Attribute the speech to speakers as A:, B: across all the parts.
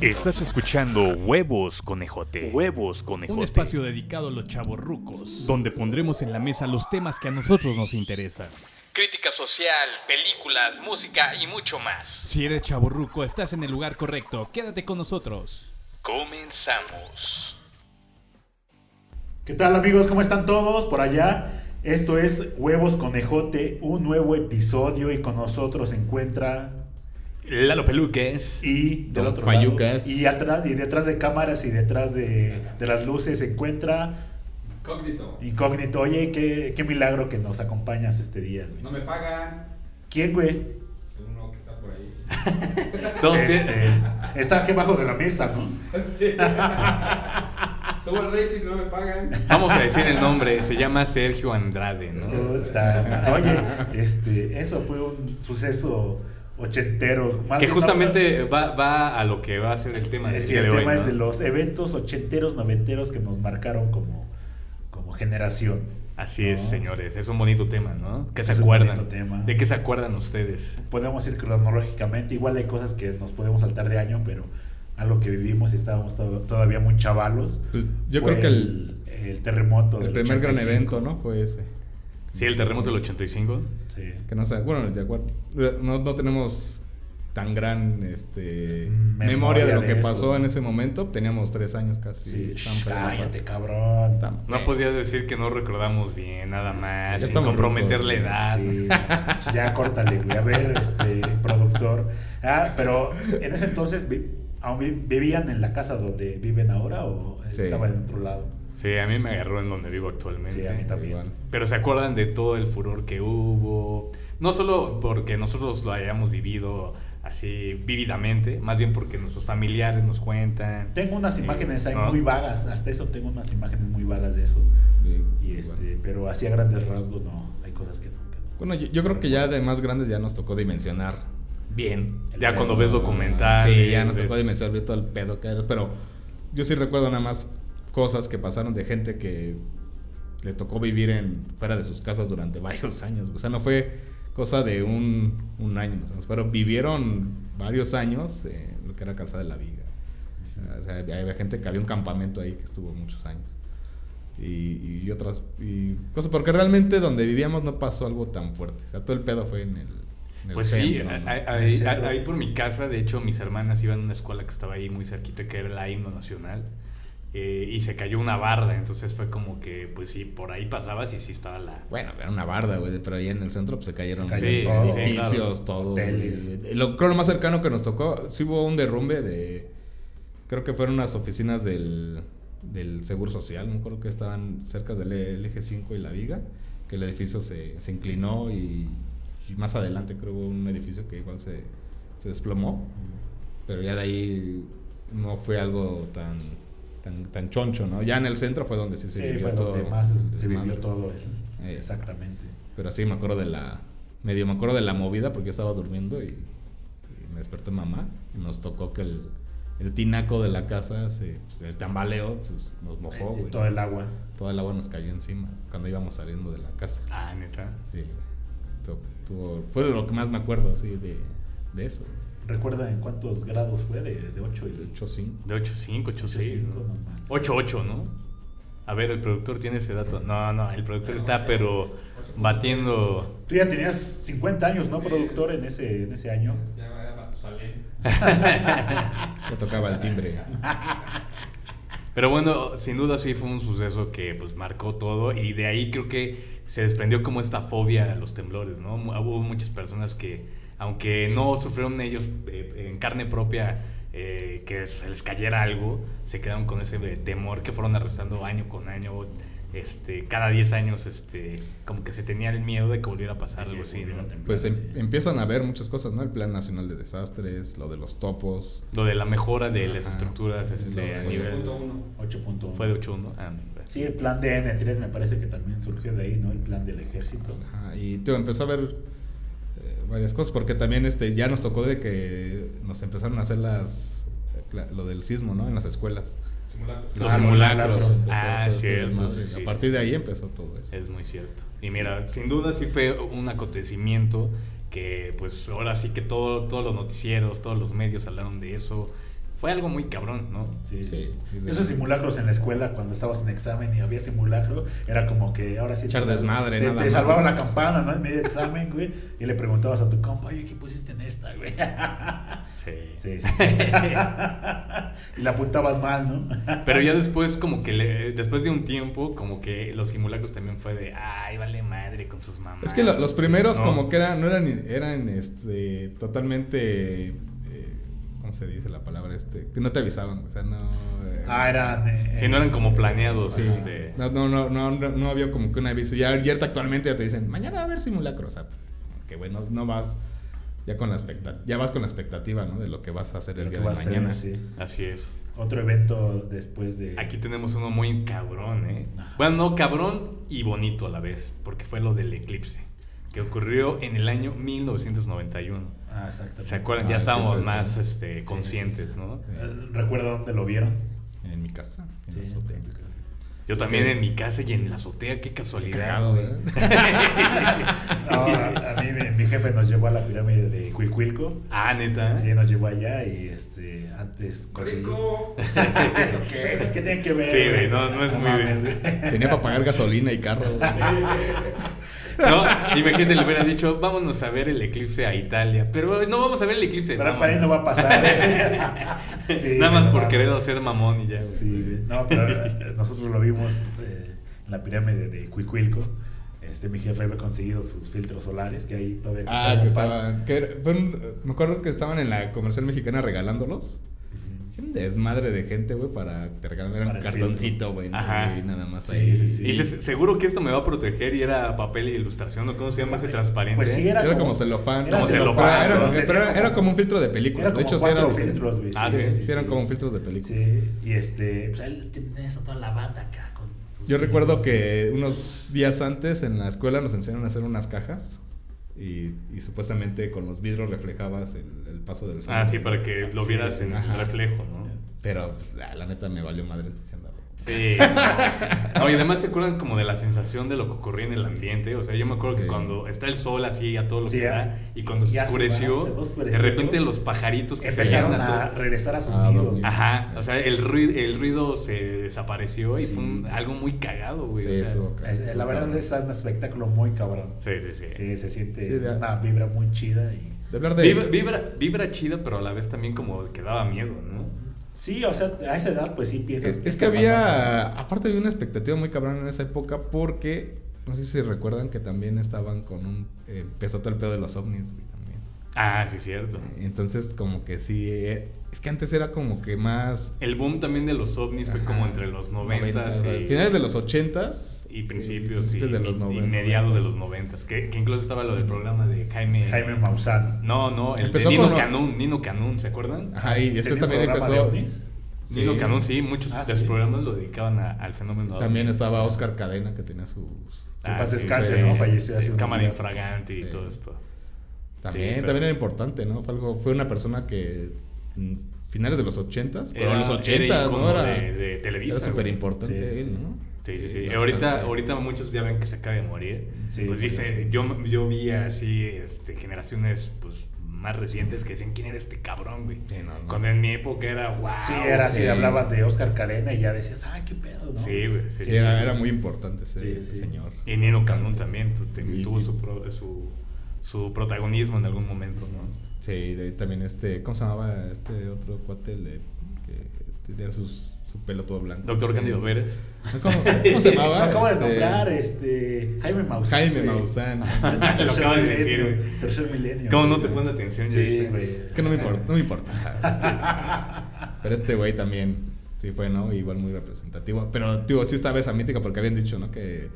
A: Estás escuchando Huevos Conejote. Huevos Conejote.
B: Un espacio dedicado a los chavos rucos, donde pondremos en la mesa los temas que a nosotros nos interesan.
C: Crítica social, películas, música y mucho más.
B: Si eres chavo ruco, estás en el lugar correcto. Quédate con nosotros.
C: Comenzamos.
D: ¿Qué tal amigos? ¿Cómo están todos por allá? Esto es Huevos Conejote, un nuevo episodio y con nosotros se encuentra
B: Lalo Peluques.
D: y del
E: Don
D: otro
E: Fayucas.
D: lado, y atrás y detrás de cámaras y detrás de, de las luces se encuentra
F: Incógnito.
D: Incógnito. Oye, qué, qué milagro que nos acompañas este día. güey.
F: No me pagan.
D: ¿Quién, güey?
F: Es uno que está por ahí.
D: Este, está aquí abajo de la mesa, ¿no?
F: Sí. Subo el rating, no me pagan.
E: Vamos a decir el nombre, se llama Sergio Andrade, ¿no?
D: Puta, Oye, este, eso fue un suceso ochentero. Más
E: Que
D: bien,
E: justamente va, va a lo que va a ser el tema
D: no,
E: del
D: es
E: día
D: el
E: de hoy,
D: tema
E: ¿no?
D: es de los eventos ochenteros, noventeros que nos marcaron como, como generación.
E: Así es,
D: ¿no?
E: señores, es un bonito tema, ¿no? ¿Qué se
D: Es un
E: acuerdan?
D: bonito tema.
E: ¿De qué se acuerdan ustedes?
D: Podemos ir cronológicamente, igual hay cosas que nos podemos saltar de año, pero algo que vivimos y estábamos to- todavía muy chavalos.
G: Pues, yo
D: fue
G: creo que el,
D: el terremoto.
G: el
D: del
G: primer gran
D: 85.
G: evento, ¿no? Fue ese.
E: Sí, el terremoto del 85.
D: Sí.
G: Que no sé, bueno, de acuerdo. No, no tenemos tan gran este,
D: Memoria
G: memoria, de lo
D: de
G: que
D: eso.
G: pasó en ese momento. Teníamos tres años casi.
D: Sí,
G: tan
D: shh,
G: pegado.
D: cállate, cabrón.
G: Tan-
E: No podías decir que no recordamos bien, nada más,
G: ya
E: Ah, sin
G: estamos
E: comprometer
G: rucos,
E: la edad.
D: Sí, ya córtale, güey. A ver, este, productor. Ah, pero en ese entonces, vi- aún vi- ¿vivían en la casa donde viven ahora o
G: Sí.
D: estaba en otro lado?
E: Sí, a mí me agarró en donde vivo actualmente.
D: Sí, a mí también.
G: Igual.
E: Pero se acuerdan de todo el furor que hubo. No solo porque nosotros lo hayamos vivido así vívidamente, más bien porque nuestros familiares nos cuentan.
D: Tengo unas
E: Sí, Ah.
D: imágenes ahí
E: ¿no?
D: muy vagas, hasta eso tengo unas imágenes muy vagas de eso.
G: Sí,
D: Y
G: igual.
D: este, pero así a grandes rasgos no, hay cosas que no. que no.
G: Bueno, yo, yo creo que ya de más grandes ya nos tocó dimensionar.
E: Bien.
D: El
E: Ya
D: pedo,
E: cuando ves documentales.
G: Sí, ya nos
E: ves-
G: tocó dimensionar todo el pedo que era. Pero yo sí recuerdo nada más cosas que pasaron de gente que le tocó vivir en fuera de sus casas durante varios años. O sea, no fue cosa de un, un año. O sea, fueron- vivieron varios años eh, lo que era Calzada de la Viga. O sea, había había gente que había un campamento ahí que estuvo muchos años. Y, y otras y cosas, porque realmente donde vivíamos no pasó algo tan fuerte. O sea, todo el pedo fue en el. en el
E: Pues sí,
G: centro, ¿no?
E: ahí,
D: En
E: ahí-
D: el centro.
E: ahí por mi casa, de hecho, mis hermanas iban a una escuela que estaba ahí muy cerquita, que era la himno nacional, eh, y se cayó una barda, entonces fue como que, pues sí, por ahí pasabas y sí estaba la...
G: Bueno, era una barda, güey, pero ahí en el centro pues, se cayeron
D: Se
E: cayó
G: sí,
E: todo.
G: edificios,
E: Sí, claro.
G: todo.
D: Hoteles.
G: güey. Eh, Lo, creo lo más cercano que nos tocó, sí hubo un derrumbe de... Creo que fueron unas oficinas del, del Seguro Social, no creo que estaban cerca del E, eje 5 y la viga, que el edificio se, se inclinó y, y más adelante creo hubo un edificio que igual se, se desplomó, pero ya de ahí no fue algo tan... Tan, tan choncho, ¿no? Ya en el centro fue donde sí se
D: Sí,
G: vivió
D: fue
G: todo.
D: donde más se
G: desmadre.
D: vivió todo. el-
G: Eh.
D: Exactamente.
G: Pero sí, me acuerdo de la... Medio me acuerdo de la movida porque yo estaba durmiendo y, y me despertó mamá. Y nos tocó que el, el tinaco de la casa, se, pues, el tambaleo, pues nos mojó,
D: Y
G: güey.
D: eh, todo el agua.
G: Todo el agua nos cayó encima cuando íbamos saliendo de la casa.
E: Ah, neta.
G: Sí, güey. Tu- tuvo- fue lo que más me acuerdo, así, de, de eso.
D: ¿Recuerda en cuántos grados fue? De, de 8
G: El
D: y
G: 8-5.
E: De 8.5, 8.6.
D: 8.5
E: ¿no?
D: nomás.
E: 8.8, ¿no? A ver, el productor tiene ese dato. No, no, el productor está, pero batiendo...
D: Tú ya tenías 50 años, ¿no, productor, en ese, en ese año?
F: Ya va a Matusalén.
G: Me tocaba el timbre.
E: Pero bueno, sin duda sí fue un suceso que pues marcó todo y de ahí creo que se desprendió como esta fobia a los temblores, ¿no? Mu- Hubo muchas personas que, aunque no sufrieron ellos eh, en carne propia eh, que se les cayera algo, se quedaron con ese eh, temor que fueron arrastrando año con año, este, cada 10 años, este, como que se tenía el miedo de que volviera a pasar algo así, ¿no?
G: Pues em-
D: Sí.
G: empiezan a ver muchas cosas, ¿no? El Plan Nacional de Desastres, lo de los topos.
E: Lo de la mejora de las
G: Ajá.
E: estructuras
G: Lo
E: este,
G: de
E: a nivel...
F: 8.1.
D: 8.1.
E: Fue de 8.1. Ah, mira.
D: Sí, el plan de N3 me parece que también surgió de ahí, ¿no? El plan del ejército.
G: Ajá, y tío, empezó a ver eh, varias cosas, porque también este, ya nos tocó de que nos empezaron a hacer las la- lo del sismo, ¿no? En las escuelas.
F: Simulacros.
E: Los
D: Ah,
E: simulacros.
D: simulacros.
E: Ah,
G: Empezó todo este
E: cierto.
G: desmadre,
E: sí,
G: a
E: sí,
G: partir
E: sí.
G: de ahí empezó todo eso.
E: Es muy cierto. Y mira, sin duda sí fue un acontecimiento que pues ahora sí que todo, todos los noticieros, todos los medios hablaron de eso. fue algo muy cabrón, ¿no?
D: Sí, sí,
G: Sí,
D: sí.
G: sí,
D: Esos
G: sí.
D: simulacros en la escuela, cuando estabas en examen y había simulacro, era como que ahora sí
G: Echar
D: te, sal-
G: desmadre,
D: te,
G: nada
D: te
G: más.
D: salvaba la campana, ¿no? En medio examen, güey. Y le preguntabas a tu compa, oye, ¿qué pusiste en esta, güey?
E: Sí.
D: Sí, sí, sí. y la apuntabas mal, ¿no?
E: Pero ya después, como que le- después de un tiempo, como que los simulacros también fue de, ay, vale madre con sus mamás.
G: Es que lo- los primeros
E: No.
G: como que eran, no eran, eran este, totalmente, eh, ¿cómo se dice la palabra? Este, que no te avisaban, güey, o sea, no... eh,
D: Ah, eran. eh,
E: Si no eran como planeados,
G: sí.
E: este.
G: No, no, no, no, no, no había como que un aviso. Ya, ya actualmente ya te dicen, mañana va a haber simulacro. O sea, que bueno, no vas ya con la expectativa, ya vas con la expectativa, ¿no? De lo que vas a hacer el
D: lo que
G: día de
D: va a ser,
G: mañana.
D: sí.
E: Así es.
D: Otro evento después de.
E: Aquí tenemos uno muy cabrón, ¿eh? Bueno, no cabrón y bonito a la vez, porque fue lo del eclipse, que ocurrió en el año 1991.
D: Ah, exacto.
E: ¿Se acuerdan?
G: Ah,
E: ya
G: el
E: estábamos
G: eclipse,
E: más
G: sí.
E: este, conscientes, ¿no?
D: Eh, ¿Recuerda dónde lo vieron?
G: En mi casa, en la
D: Sí,
G: azotea.
D: en tu casa.
E: Yo también
G: Sí.
E: en mi casa y en la azotea, qué casualidad.
G: Cagado, ¿eh?
D: No, a, a mí mi, mi jefe nos llevó a la pirámide de Cuicuilco.
E: ah, neta.
D: Sí, nos llevó allá y este, antes conseguí-
F: Rico.
D: ¿Eso qué? ¿Qué tiene que ver?
E: Sí, güey, no, no es muy
D: mames,
E: bien.
D: güey.
G: Tenía para pagar gasolina y carro. Ah,
E: No, imagínate, le hubiera dicho, vámonos a ver el eclipse a Italia. Pero no vamos a ver el eclipse.
D: Pero
E: vámonos.
D: para ahí no va a pasar. güey. Sí,
E: Nada más
D: no
E: por
D: mames.
E: querer hacer mamón y ya. güey.
D: Sí, güey. no, pero eh, nosotros lo vimos eh, en la pirámide de Cuicuilco. Este, mi jefe había conseguido sus filtros solares que ahí todavía
G: ah, que
D: conservan par.
G: estaban. que era- fue un- me acuerdo que estaban en la comercial mexicana regalándolos. Qué Un desmadre de gente, güey, para te regalaron
D: Para
G: un
D: el
G: cartoncito, güey. ¿no?
E: Ajá.
G: Y nada más
D: Sí,
G: ahí.
D: sí, sí.
E: Y dices, seguro que esto me va a proteger y era papel y ilustración, ¿no? ¿Cómo se llama ese transparente?
D: Pues sí, era,
G: Era, como, celofán.
D: Era
E: como celofán,
G: Era- era-
E: ¿no?
G: pero
D: Tenía
G: era,
D: como-
G: era como un filtro de película.
D: Era
G: de
D: como
G: hecho, sí
D: cuatro
G: era diferente.
D: filtros, güey.
E: Ah,
G: Sí,
E: sí,
G: sí, eran como filtros de película.
D: Sí, y este, pues él tenía eso toda la banda acá. Con sus
G: Yo recuerdo
D: filtros.
G: que unos días antes en la escuela nos enseñaron a hacer unas cajas y, y supuestamente con los vidrios reflejabas el, el paso del sol.
E: Ah, sí, para que lo
D: Sí,
E: vieras
D: sí,
E: en
G: ajá.
E: el reflejo, ¿no?
G: Pero pues, la, la neta me valió madre diciendo.
E: Sí. No. No, y además se acuerdan como de la sensación de lo que ocurría en el ambiente. O sea, yo me acuerdo
G: Sí.
E: que cuando está el sol así a todo lo
D: Sí,
E: que da y cuando se
D: ya se va,
E: oscureció,
D: se va
E: de
D: oscureciendo.
E: repente los pajaritos que
D: empezaron
E: se veían
D: a
E: todo-
D: regresar a sus
G: Ah,
D: nidos.
G: dormir.
E: Ajá, o sea, el ruido, el ruido se desapareció y
D: Sí.
E: fue un- algo muy cagado, güey.
G: Sí,
E: o sea.
G: estuvo
D: Es-
G: cabrón.
D: La verdad es un espectáculo muy cabrón.
E: sí, sí, sí.
D: Sí, se siente
G: Sí, de-
D: una vibra muy chida. Y...
G: De hablar de.
E: Vibra, vibra, vibra chida, pero a la vez también como que daba miedo, ¿no?
D: Sí, o sea, a esa edad pues sí piensas.
G: Es,
D: ¿qué
G: es
D: está
G: que había,
D: pasando?
G: aparte había una expectativa muy cabrón en esa época porque, no sé si recuerdan que también estaban con un, eh, empezó todo el pedo de los ovnis, güey, también.
E: Ah, sí, cierto.
G: Eh, Entonces como que sí, eh, es que antes era como que más...
E: El boom también de los ovnis fue como
G: Ajá,
E: entre los 90 y,
G: Finales de los 80s.
E: y principios y,
G: principios de los
E: y- y
G: noven-
E: mediados de los
G: noventas.
E: 90. Que, que incluso estaba lo del programa de Jaime.
D: Jaime Maussan.
E: No, no, el
G: Empezó
E: de Nino
G: con-
E: Canún. Nino Canún, ¿se acuerdan?
G: Ajá, y después
D: ¿Tenía un
G: también
D: programa
G: empezó...
D: de ovnis?
G: Sí.
E: Nino Canún, sí, muchos
D: Ah,
E: de sus
D: sí.
E: programas lo dedicaban a- al fenómeno.
G: También
E: ovni. Ah,
G: estaba Oscar Cadena que tenía sus...
D: Que en paz
E: sí,
D: descanse,
E: sí,
D: ¿no? Falleció hace unos
E: Cámara
D: días.
E: infragante y
G: Sí.
E: todo esto.
G: También,
E: Sí, pero-
G: también era importante, ¿no? Fue, algo, fue una persona que... mm, Finales de los 80s, pero
E: Era-
G: en los
E: era
G: 80
E: ícono
G: ¿no? Era,
E: de- de Televisa,
G: Era
E: güey.
G: súper importante,
D: Sí, sí, sí.
G: ¿no?
E: Sí, sí, sí.
G: Eh, bastante.
E: ahorita, ahorita muchos ya ven que se acaba de morir.
D: Sí,
E: pues
D: sí,
E: dice,
D: sí, sí,
E: yo, yo vi así este, generaciones pues, más recientes que decían, ¿quién era este cabrón, güey?
G: Sí, no, no.
E: Cuando en mi época era, wow.
D: Sí, era así,
G: Sí.
D: hablabas de Oscar Cadena y ya decías, ah, qué pedo, ¿no?
E: Eh. Sí, güey. Sí,
G: Sí,
E: sí,
G: era,
E: sí.
G: era muy importante ese,
D: Sí,
G: ese
D: sí.
G: señor.
E: Y Nino Canún también tu- te-
G: Y-
E: tuvo
G: y-
E: su, pro- su, su protagonismo en algún momento, ¿no?
G: Sí, de- también este, ¿cómo se llamaba este otro cuate el de- que tenía sus- su pelo todo blanco?
E: Doctor Candido Pérez.
G: ¿No? ¿Cómo, cómo se
D: Lo
G: llamaba?
D: acabo de
G: Este,
D: nombrar, este, Jaime Maussan.
G: Jaime
D: güey.
G: Maussan.
E: Lo
D: Tercer
E: acabas de decir,
D: milenio,
E: güey.
D: Tercer milenio.
E: ¿Cómo
D: güey.
E: no te ponen atención? ya
D: Sí,
E: viste?
D: güey.
G: Es que no me importa, no me importa. Pero este güey también, sí fue, ¿no? Igual muy representativo. Pero, tío, sí estaba esa mítica porque habían dicho, ¿no? Que,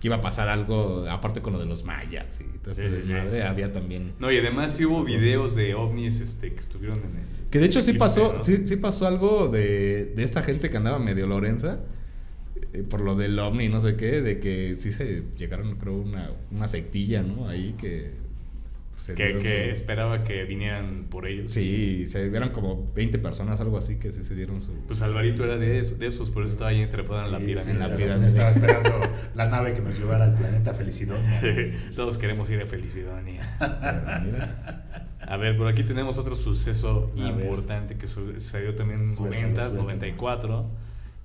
G: que iba a pasar algo, aparte con lo de los mayas y todo
E: Sí,
G: este
E: sí, sí.
G: desmadre, había también...
E: No, y además sí hubo videos de ovnis este, que estuvieron en el...
G: Que de hecho sí
E: eclipse,
G: pasó,
E: ¿no?
G: sí, sí pasó algo de, de esta gente que andaba medio Lorenza. eh, Por lo del ovni, no sé qué, de que sí se llegaron, creo, una, una sectilla, ¿no? Ahí que. se
E: Que,
G: dieron
E: que
G: su-
E: esperaba que vinieran por ellos.
G: Sí, se vieron como 20 personas, algo así, que sí se dieron su.
E: Pues Alvarito era de, esos- de esos, por eso estaba ahí entrepada en la
D: Sí,
E: pirámide.
D: sí,
G: en la
D: pero
G: pirámide.
D: Estaba esperando la nave que nos llevara al planeta Felicidad.
E: Todos queremos ir a Felicidonia.
G: Pero mira,
E: A ver, por aquí tenemos otro suceso
D: A ver.
E: importante que su- sucedió también en
D: Suéltalo,
E: 90,
D: suéltalo.
E: 94.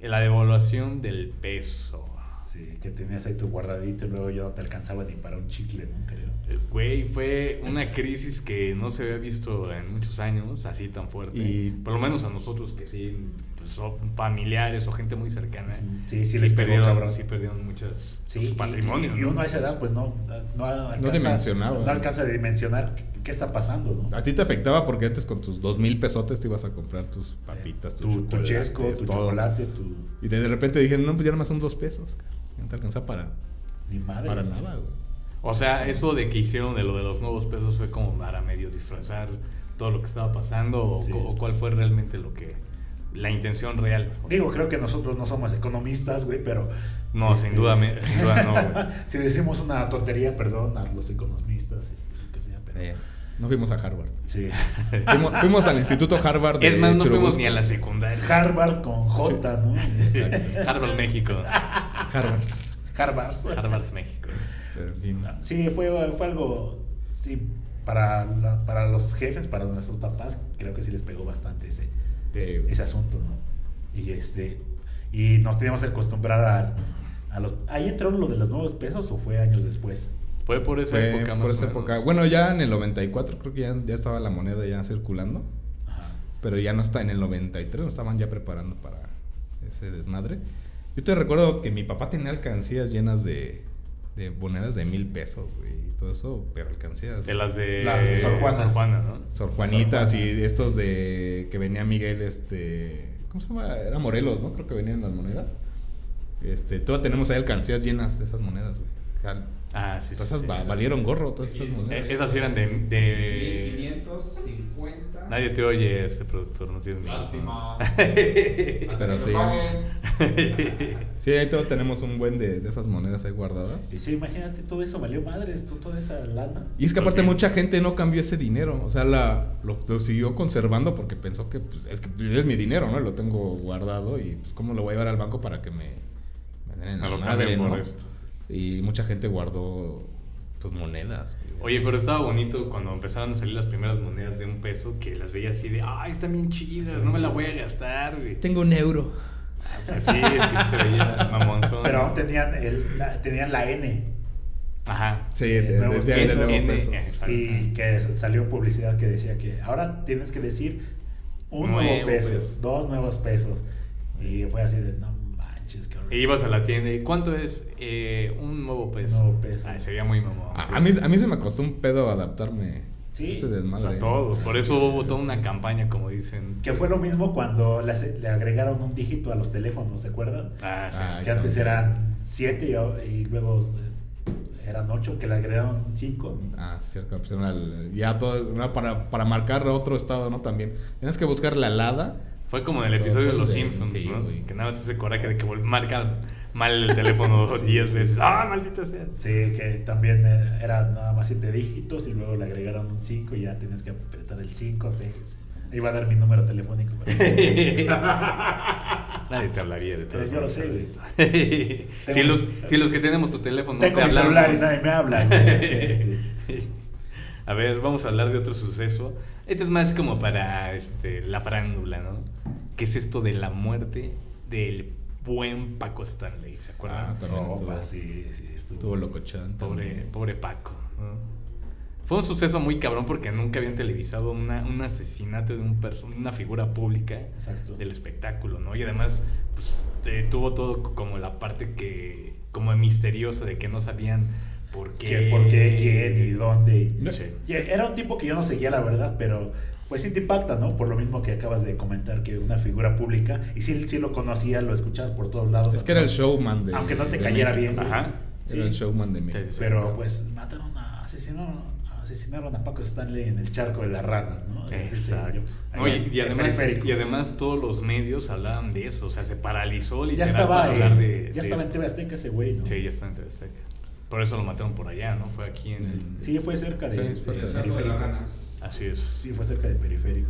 E: eh, La devaluación del peso.
D: Sí, que tenías ahí tu guardadito y luego ya no te alcanzaba ni para un chicle, ¿no? Creo.
E: Eh, Güey, fue una crisis que no se había visto en muchos años, así tan fuerte.
G: Y-
E: Por lo menos a nosotros que sí, pues, son familiares o gente muy cercana.
D: Sí, sí les pegó,
E: perdieron,
D: cabrón.
E: sí perdieron muchos
D: Sí,
E: sus
D: y-
E: patrimonios.
D: Y,
E: ¿no?
D: uno a esa edad, pues no, no alcanza,
G: dimensionaba. Ah,
D: No alcanza a dimensionar qué- qué está pasando, ¿no?
G: A ti te afectaba porque antes con tus dos mil pesotes te ibas a comprar tus papitas, tus
D: tu, tu
G: chocolates,
D: chesco, tu
G: todo.
D: chocolate, tu.
G: Y de de repente dijeron, no, pues ya nada más son dos pesos. cara. Ya No te alcanza para,
D: Ni madre.
G: para nada, güey.
E: O sea, eso de que hicieron de lo de los nuevos pesos fue como para medio disfrazar todo lo que estaba pasando o,
D: Sí.
E: cu- o cuál fue realmente lo que la intención real. O sea,
D: Digo, creo que nosotros no somos economistas, güey, pero. este,
E: no, sin duda, me- sin duda no. güey.
D: si decimos una tontería, perdón a los economistas, este, lo que sea, pero.
G: Eh. No fuimos a Harvard.
D: Sí.
G: Fuimos, fuimos al Instituto Harvard. de
E: Es más, no fuimos
G: Churubusco.
E: ni a la secundaria.
D: Harvard con J, ¿no?
G: Exacto.
E: Harvard México.
G: Harvard.
D: Harvard.
E: Harvard México.
G: Pero, en fin.
D: Sí, fue, fue algo. Sí, para, la- para los jefes, para nuestros papás, creo que sí les pegó bastante ese,
G: Sí, güey.
D: ese asunto, ¿no? Y este. Y nos teníamos que acostumbrar a, a los. ¿Ahí entró lo de los nuevos pesos o fue años después?
E: Fue por esa
G: Fue
E: época más
G: por
E: o
G: esa
E: menos.
G: época. Bueno, ya en el 94 creo que ya, ya estaba la moneda ya circulando.
D: Ajá.
G: Pero ya no está en el 93, nos estaban ya preparando para ese desmadre. Yo te recuerdo que mi papá tenía alcancías llenas de, de monedas de mil pesos, güey. Y todo eso, pero alcancías.
E: De las de,
D: Las de Sor Juanas.
E: Juana, ¿no?
G: Sor Juanitas
D: Sor Juanas.
G: y estos de que venía Miguel, este. ¿Cómo se llama? Era Morelos, ¿no? Creo que venían las monedas. Este, todavía tenemos ahí alcancías llenas de esas monedas, güey. O sea,
E: Ah, sí. sí,
G: todas esas
E: sí.
G: va- valieron gorro, todas esas
E: Eh,
G: monedas.
E: Esas sí eran de. de...
F: 1550.
E: Nadie te oye, este productor, no tiene
F: Lástima.
G: Pero
F: Pero
G: sí.
F: sí.
G: Sí, ahí todavía tenemos un buen de, de esas monedas ahí guardadas.
D: Y sí, imagínate, todo eso valió madres, tú toda esa lana.
G: Y es que
E: Pero
G: aparte
E: sí.
G: mucha gente no cambió ese dinero, o sea, la, lo, lo siguió conservando porque pensó que pues, es que es mi dinero, ¿no? Lo tengo guardado y pues cómo lo voy a llevar al banco para que me, me den en
E: Me
G: la
E: lo
G: madre,
E: cambian por
G: ¿no?
E: esto.
G: Y mucha gente guardó pues monedas. güey.
E: Oye, pero estaba bonito cuando empezaron a salir las primeras monedas de un peso que las veía así de, ay, están bien chidas, no me la voy a gastar, güey.
G: tengo un euro.
E: Sí, es que se veía mamonzón.
D: Pero aún tenían, el, la, tenían la N.
E: Ajá.
G: Sí,
D: Eh,
G: de-
D: nuevos
G: desde ahí de
D: pesos.
G: nuevo
E: N,
G: pesos.
E: Exacto.
D: Y que salió publicidad que decía que ahora tienes que decir un nuevo
E: Nuevo
D: peso,
E: peso.
D: dos nuevos pesos. Y fue así de, no manches, qué horror".
E: E ibas a la tienda y, ¿cuánto es eh, un nuevo peso?
D: Nuevo peso.
E: Ay, sería muy mamón. sí.
G: A, a mí, a mí se me costó un pedo adaptarme
D: Sí, pues,
G: a ese
E: O
G: desmadre.
E: sea, todos. Por eso hubo toda una campaña, como dicen.
D: Que fue lo mismo cuando le, hace- le agregaron un dígito a los teléfonos, ¿se acuerdan?
E: Ah, sí.
G: Ah,
D: que
G: Ahí
D: antes
G: también.
D: eran siete y, ahora- y luego eh, eran ocho, que le agregaron cinco.
G: Ah, sí, cierto, pues, era el- ya todo, era para, para marcar otro estado, ¿no? También. Tienes que buscar la alada.
E: Fue como en el episodio de Los
G: Sí,
E: Simpsons,
G: sí,
E: ¿no?
G: güey.
E: Que nada más ese coraje de que vol- marca mal el teléfono 10 veces. ¡Ah, maldita sea!
D: Sí, que también eh, eran nada más siete dígitos y luego le agregaron un 5 y ya tienes que apretar el 5, 6. Iba a dar mi número telefónico. pero-
E: Nadie te hablaría de todo
D: Eh, yo lo sé, güey.
E: si, los, si los que tenemos tu teléfono
D: Tengo
E: no
D: mi
E: te
D: celular y
E: hablamos.
D: nadie me habla. güey. Sí, este,
E: A ver, vamos a hablar de otro suceso. Esto es más como para este, la farándula, ¿no? ¿Qué es esto de la muerte del buen Paco Stanley? ¿Se acuerdan?
G: Ah, también
D: ropa,
G: estuvo-
D: sí, sí, estuvo.
G: Estuvo locochón.
E: Pobre,
G: también.
E: pobre Paco. ¿no? Fue un suceso muy cabrón porque nunca habían televisado una, un asesinato de un perso- una figura pública
D: Exacto.
E: del espectáculo, ¿no? Y además pues, eh, tuvo todo c- como la parte que como misteriosa de que no sabían por qué.
D: ¿Quién, por qué, quién y dónde?
E: Sí.
D: Y Era un tipo que yo no seguía, la verdad, pero pues sí te impacta, ¿no? Por lo mismo que acabas de comentar, que una figura pública. Y sí, sí lo conocías, lo escuchabas por todos lados.
G: Es que era el showman de.
D: Aunque no te
G: de
D: cayera
G: México,
D: bien.
G: ¿no?
E: Ajá.
D: Sí.
G: Era el showman de México.
E: Sí, sí, sí.
D: Pero pues mataron a, asesinaron, asesinaron a Paco Stanley en el charco de las ranas, ¿no? este,
E: Exacto.
D: Ahí
E: No, y,
D: en-
E: y
D: en
E: además,
D: eh, periférico.
E: y además todos los medios hablaban de eso, o sea, se paralizó
D: ya
E: literal para
D: estaba, eh,
E: hablar de,
D: ya
E: de
D: estaba en
E: esto.
D: TV Azteca ese güey, ¿no?
E: Sí, ya estaba en TV Azteca. Por eso lo mataron por allá, ¿no? Fue aquí en el...
D: Sí, fue cerca de,
G: Sí, fue
D: de
G: cerca.
F: Charco de
D: periférico.
F: las ranas.
E: Así es.
D: Sí, fue cerca de periférico.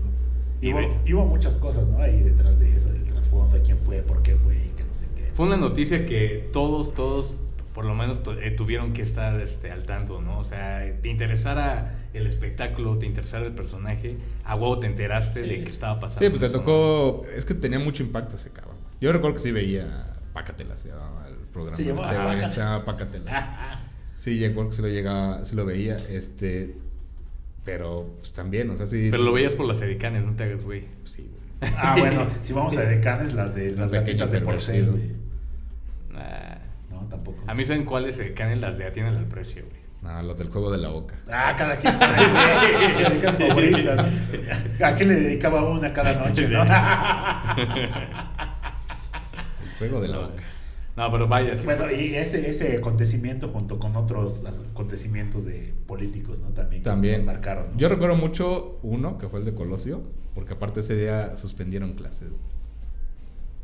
E: Y
D: Y hubo,
E: ve-
D: y hubo muchas cosas, ¿no? Ahí detrás de eso, del trasfondo, de quién fue, por qué fue, y que no sé qué.
E: Fue una noticia que todos, todos por lo menos tu- eh, tuvieron que estar este, al tanto, ¿no? O sea, te interesara el espectáculo, te interesara el personaje, a huevo te enteraste de que estaba pasando.
G: Sí, pues te
E: eso, ¿no?
G: tocó. Es que tenía mucho impacto ese cabrón. Yo recuerdo que sí veía Pácatela, se llamaba el programa.
D: Se llamaba Ah,
G: este, güey,
D: Pácatela.
G: se llamaba Pácatela. Sí, yo recuerdo que sí lo, llegaba, sí lo veía. Este. Pero pues, también, o sea, sí.
E: Pero lo veías por las edicanes, no te hagas, güey.
G: Sí, güey.
D: Ah, bueno, si vamos a decanes, las de las
G: pequeño
D: gatitas de porcel,
G: pervertido.
D: güey.
E: Nah.
D: No, tampoco.
E: A mí saben cuáles edicanes las de atienden al precio, güey.
G: No, Ah, los del juego de la boca.
D: Ah, cada quien. Se dedican favoritas, ¿no? ¿A quién le dedicaba una cada noche, no?
G: El juego de la
E: No,
G: boca.
E: no, pero vaya, sí.
D: Bueno,
E: fue-
D: y ese, ese acontecimiento junto con otros acontecimientos de políticos, ¿no? También. que
G: También.
D: Marcaron. ¿no?
G: Yo recuerdo mucho uno, que fue el de Colosio, porque aparte ese día suspendieron clases. güey.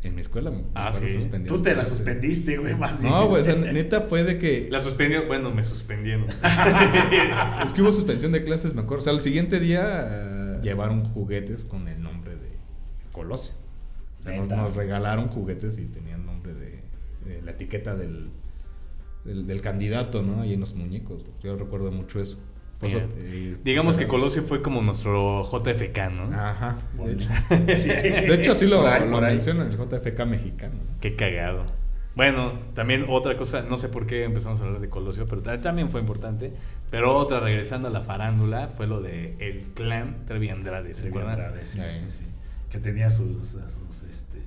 G: En mi escuela. me
E: Ah,
G: acuerdo,
E: sí.
G: suspendieron
D: Tú te la
G: clases.
D: suspendiste, güey, más
G: No,
D: bien.
G: güey, o sea, neta fue de que.
E: La suspendieron, bueno, me suspendieron.
G: Es que hubo suspensión de clases, me acuerdo. O sea, al siguiente día eh, llevaron juguetes con el nombre de Colosio. O sea, nos,
D: Neta.
G: nos regalaron juguetes y tenían nombre de, de la etiqueta del, del, del candidato, ¿no? Ahí en los muñecos. güey. Yo recuerdo mucho eso. Por eso,
E: Bien.
G: eh,
E: Digamos que
G: era-
E: Colosio fue como nuestro JFK, ¿no?
G: Ajá. De hecho,
D: Sí.
G: de hecho, así lo,
D: Por ahí,
G: lo
D: por ahí.
G: mencionan, el JFK mexicano. ¿no?
E: Qué cagado. Bueno, también otra cosa, no sé por qué empezamos a hablar de Colosio, pero ta- también fue importante. Pero otra, regresando a la farándula, fue lo de el clan Trevi Andrade, ¿se
D: Sí,
E: acuerdan?
D: Andrade, sí,
G: Ahí.
D: sí, sí. Que tenía sus, sus, este...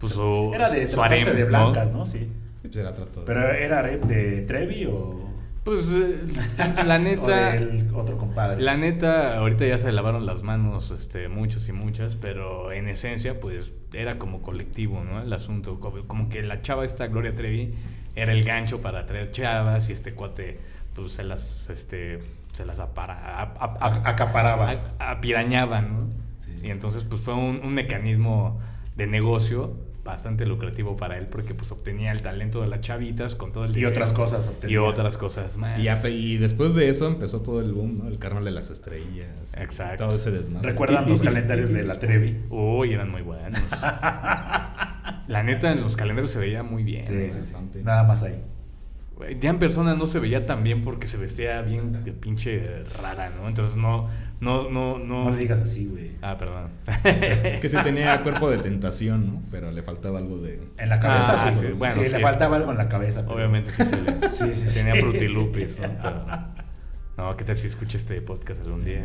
E: Pues su,
D: Era de
E: su
D: tratante
E: harem,
D: de
E: ¿no?
D: blancas, ¿no? Sí.
G: Sí, pues era trato de-
D: Pero era harem de Trevi o...
E: Pues eh, la
D: O
E: neta...
D: del otro compadre.
E: La neta, ahorita ya se lavaron las manos este, muchos y muchas, pero en esencia, pues era como colectivo, ¿no? El asunto. Como, como que la chava esta, Gloria Trevi, era el gancho para traer chavas y este cuate, pues se las, este, se las apara, a- a- a-
D: acaparaba.
E: a- apirañaba, ¿no?
D: Sí.
E: Y entonces, pues fue un, un mecanismo de negocio bastante lucrativo para él porque pues obtenía el talento de las chavitas con todo el
D: Y
E: diseño
D: otras cosas
E: y
D: obtenía.
E: otras cosas más
G: Y, ya- y después de eso empezó todo el boom, ¿no? El carnal de las estrellas.
E: Exacto.
G: Todo ese desmadre.
D: ¿Recuerdan
G: Y- y-
D: los
G: y-
D: calendarios de la Trevi?
E: Uy, eran muy buenos. La neta, en los calendarios se veía muy bien.
D: Sí,
E: ¿eh?
D: sí, sí.
G: bastante.
D: Nada más ahí.
E: Güey, Ya en persona no se veía tan bien porque se vestía bien de pinche rara, ¿no? Entonces no, no, no, no.
D: No le digas así, güey.
E: Ah, perdón.
G: Que sí tenía cuerpo de tentación, ¿no? Pero le faltaba algo de.
D: En la cabeza
E: Ah,
D: sí.
E: sí,
D: Sí,
E: bueno,
D: sí,
E: sí.
D: le faltaba algo en la cabeza. pero-
E: Obviamente sí se le-
D: Sí, sí,
E: tenía
D: sí.
E: frutilupis, ¿no? Pero, no, ¿qué tal si escucha este podcast algún día?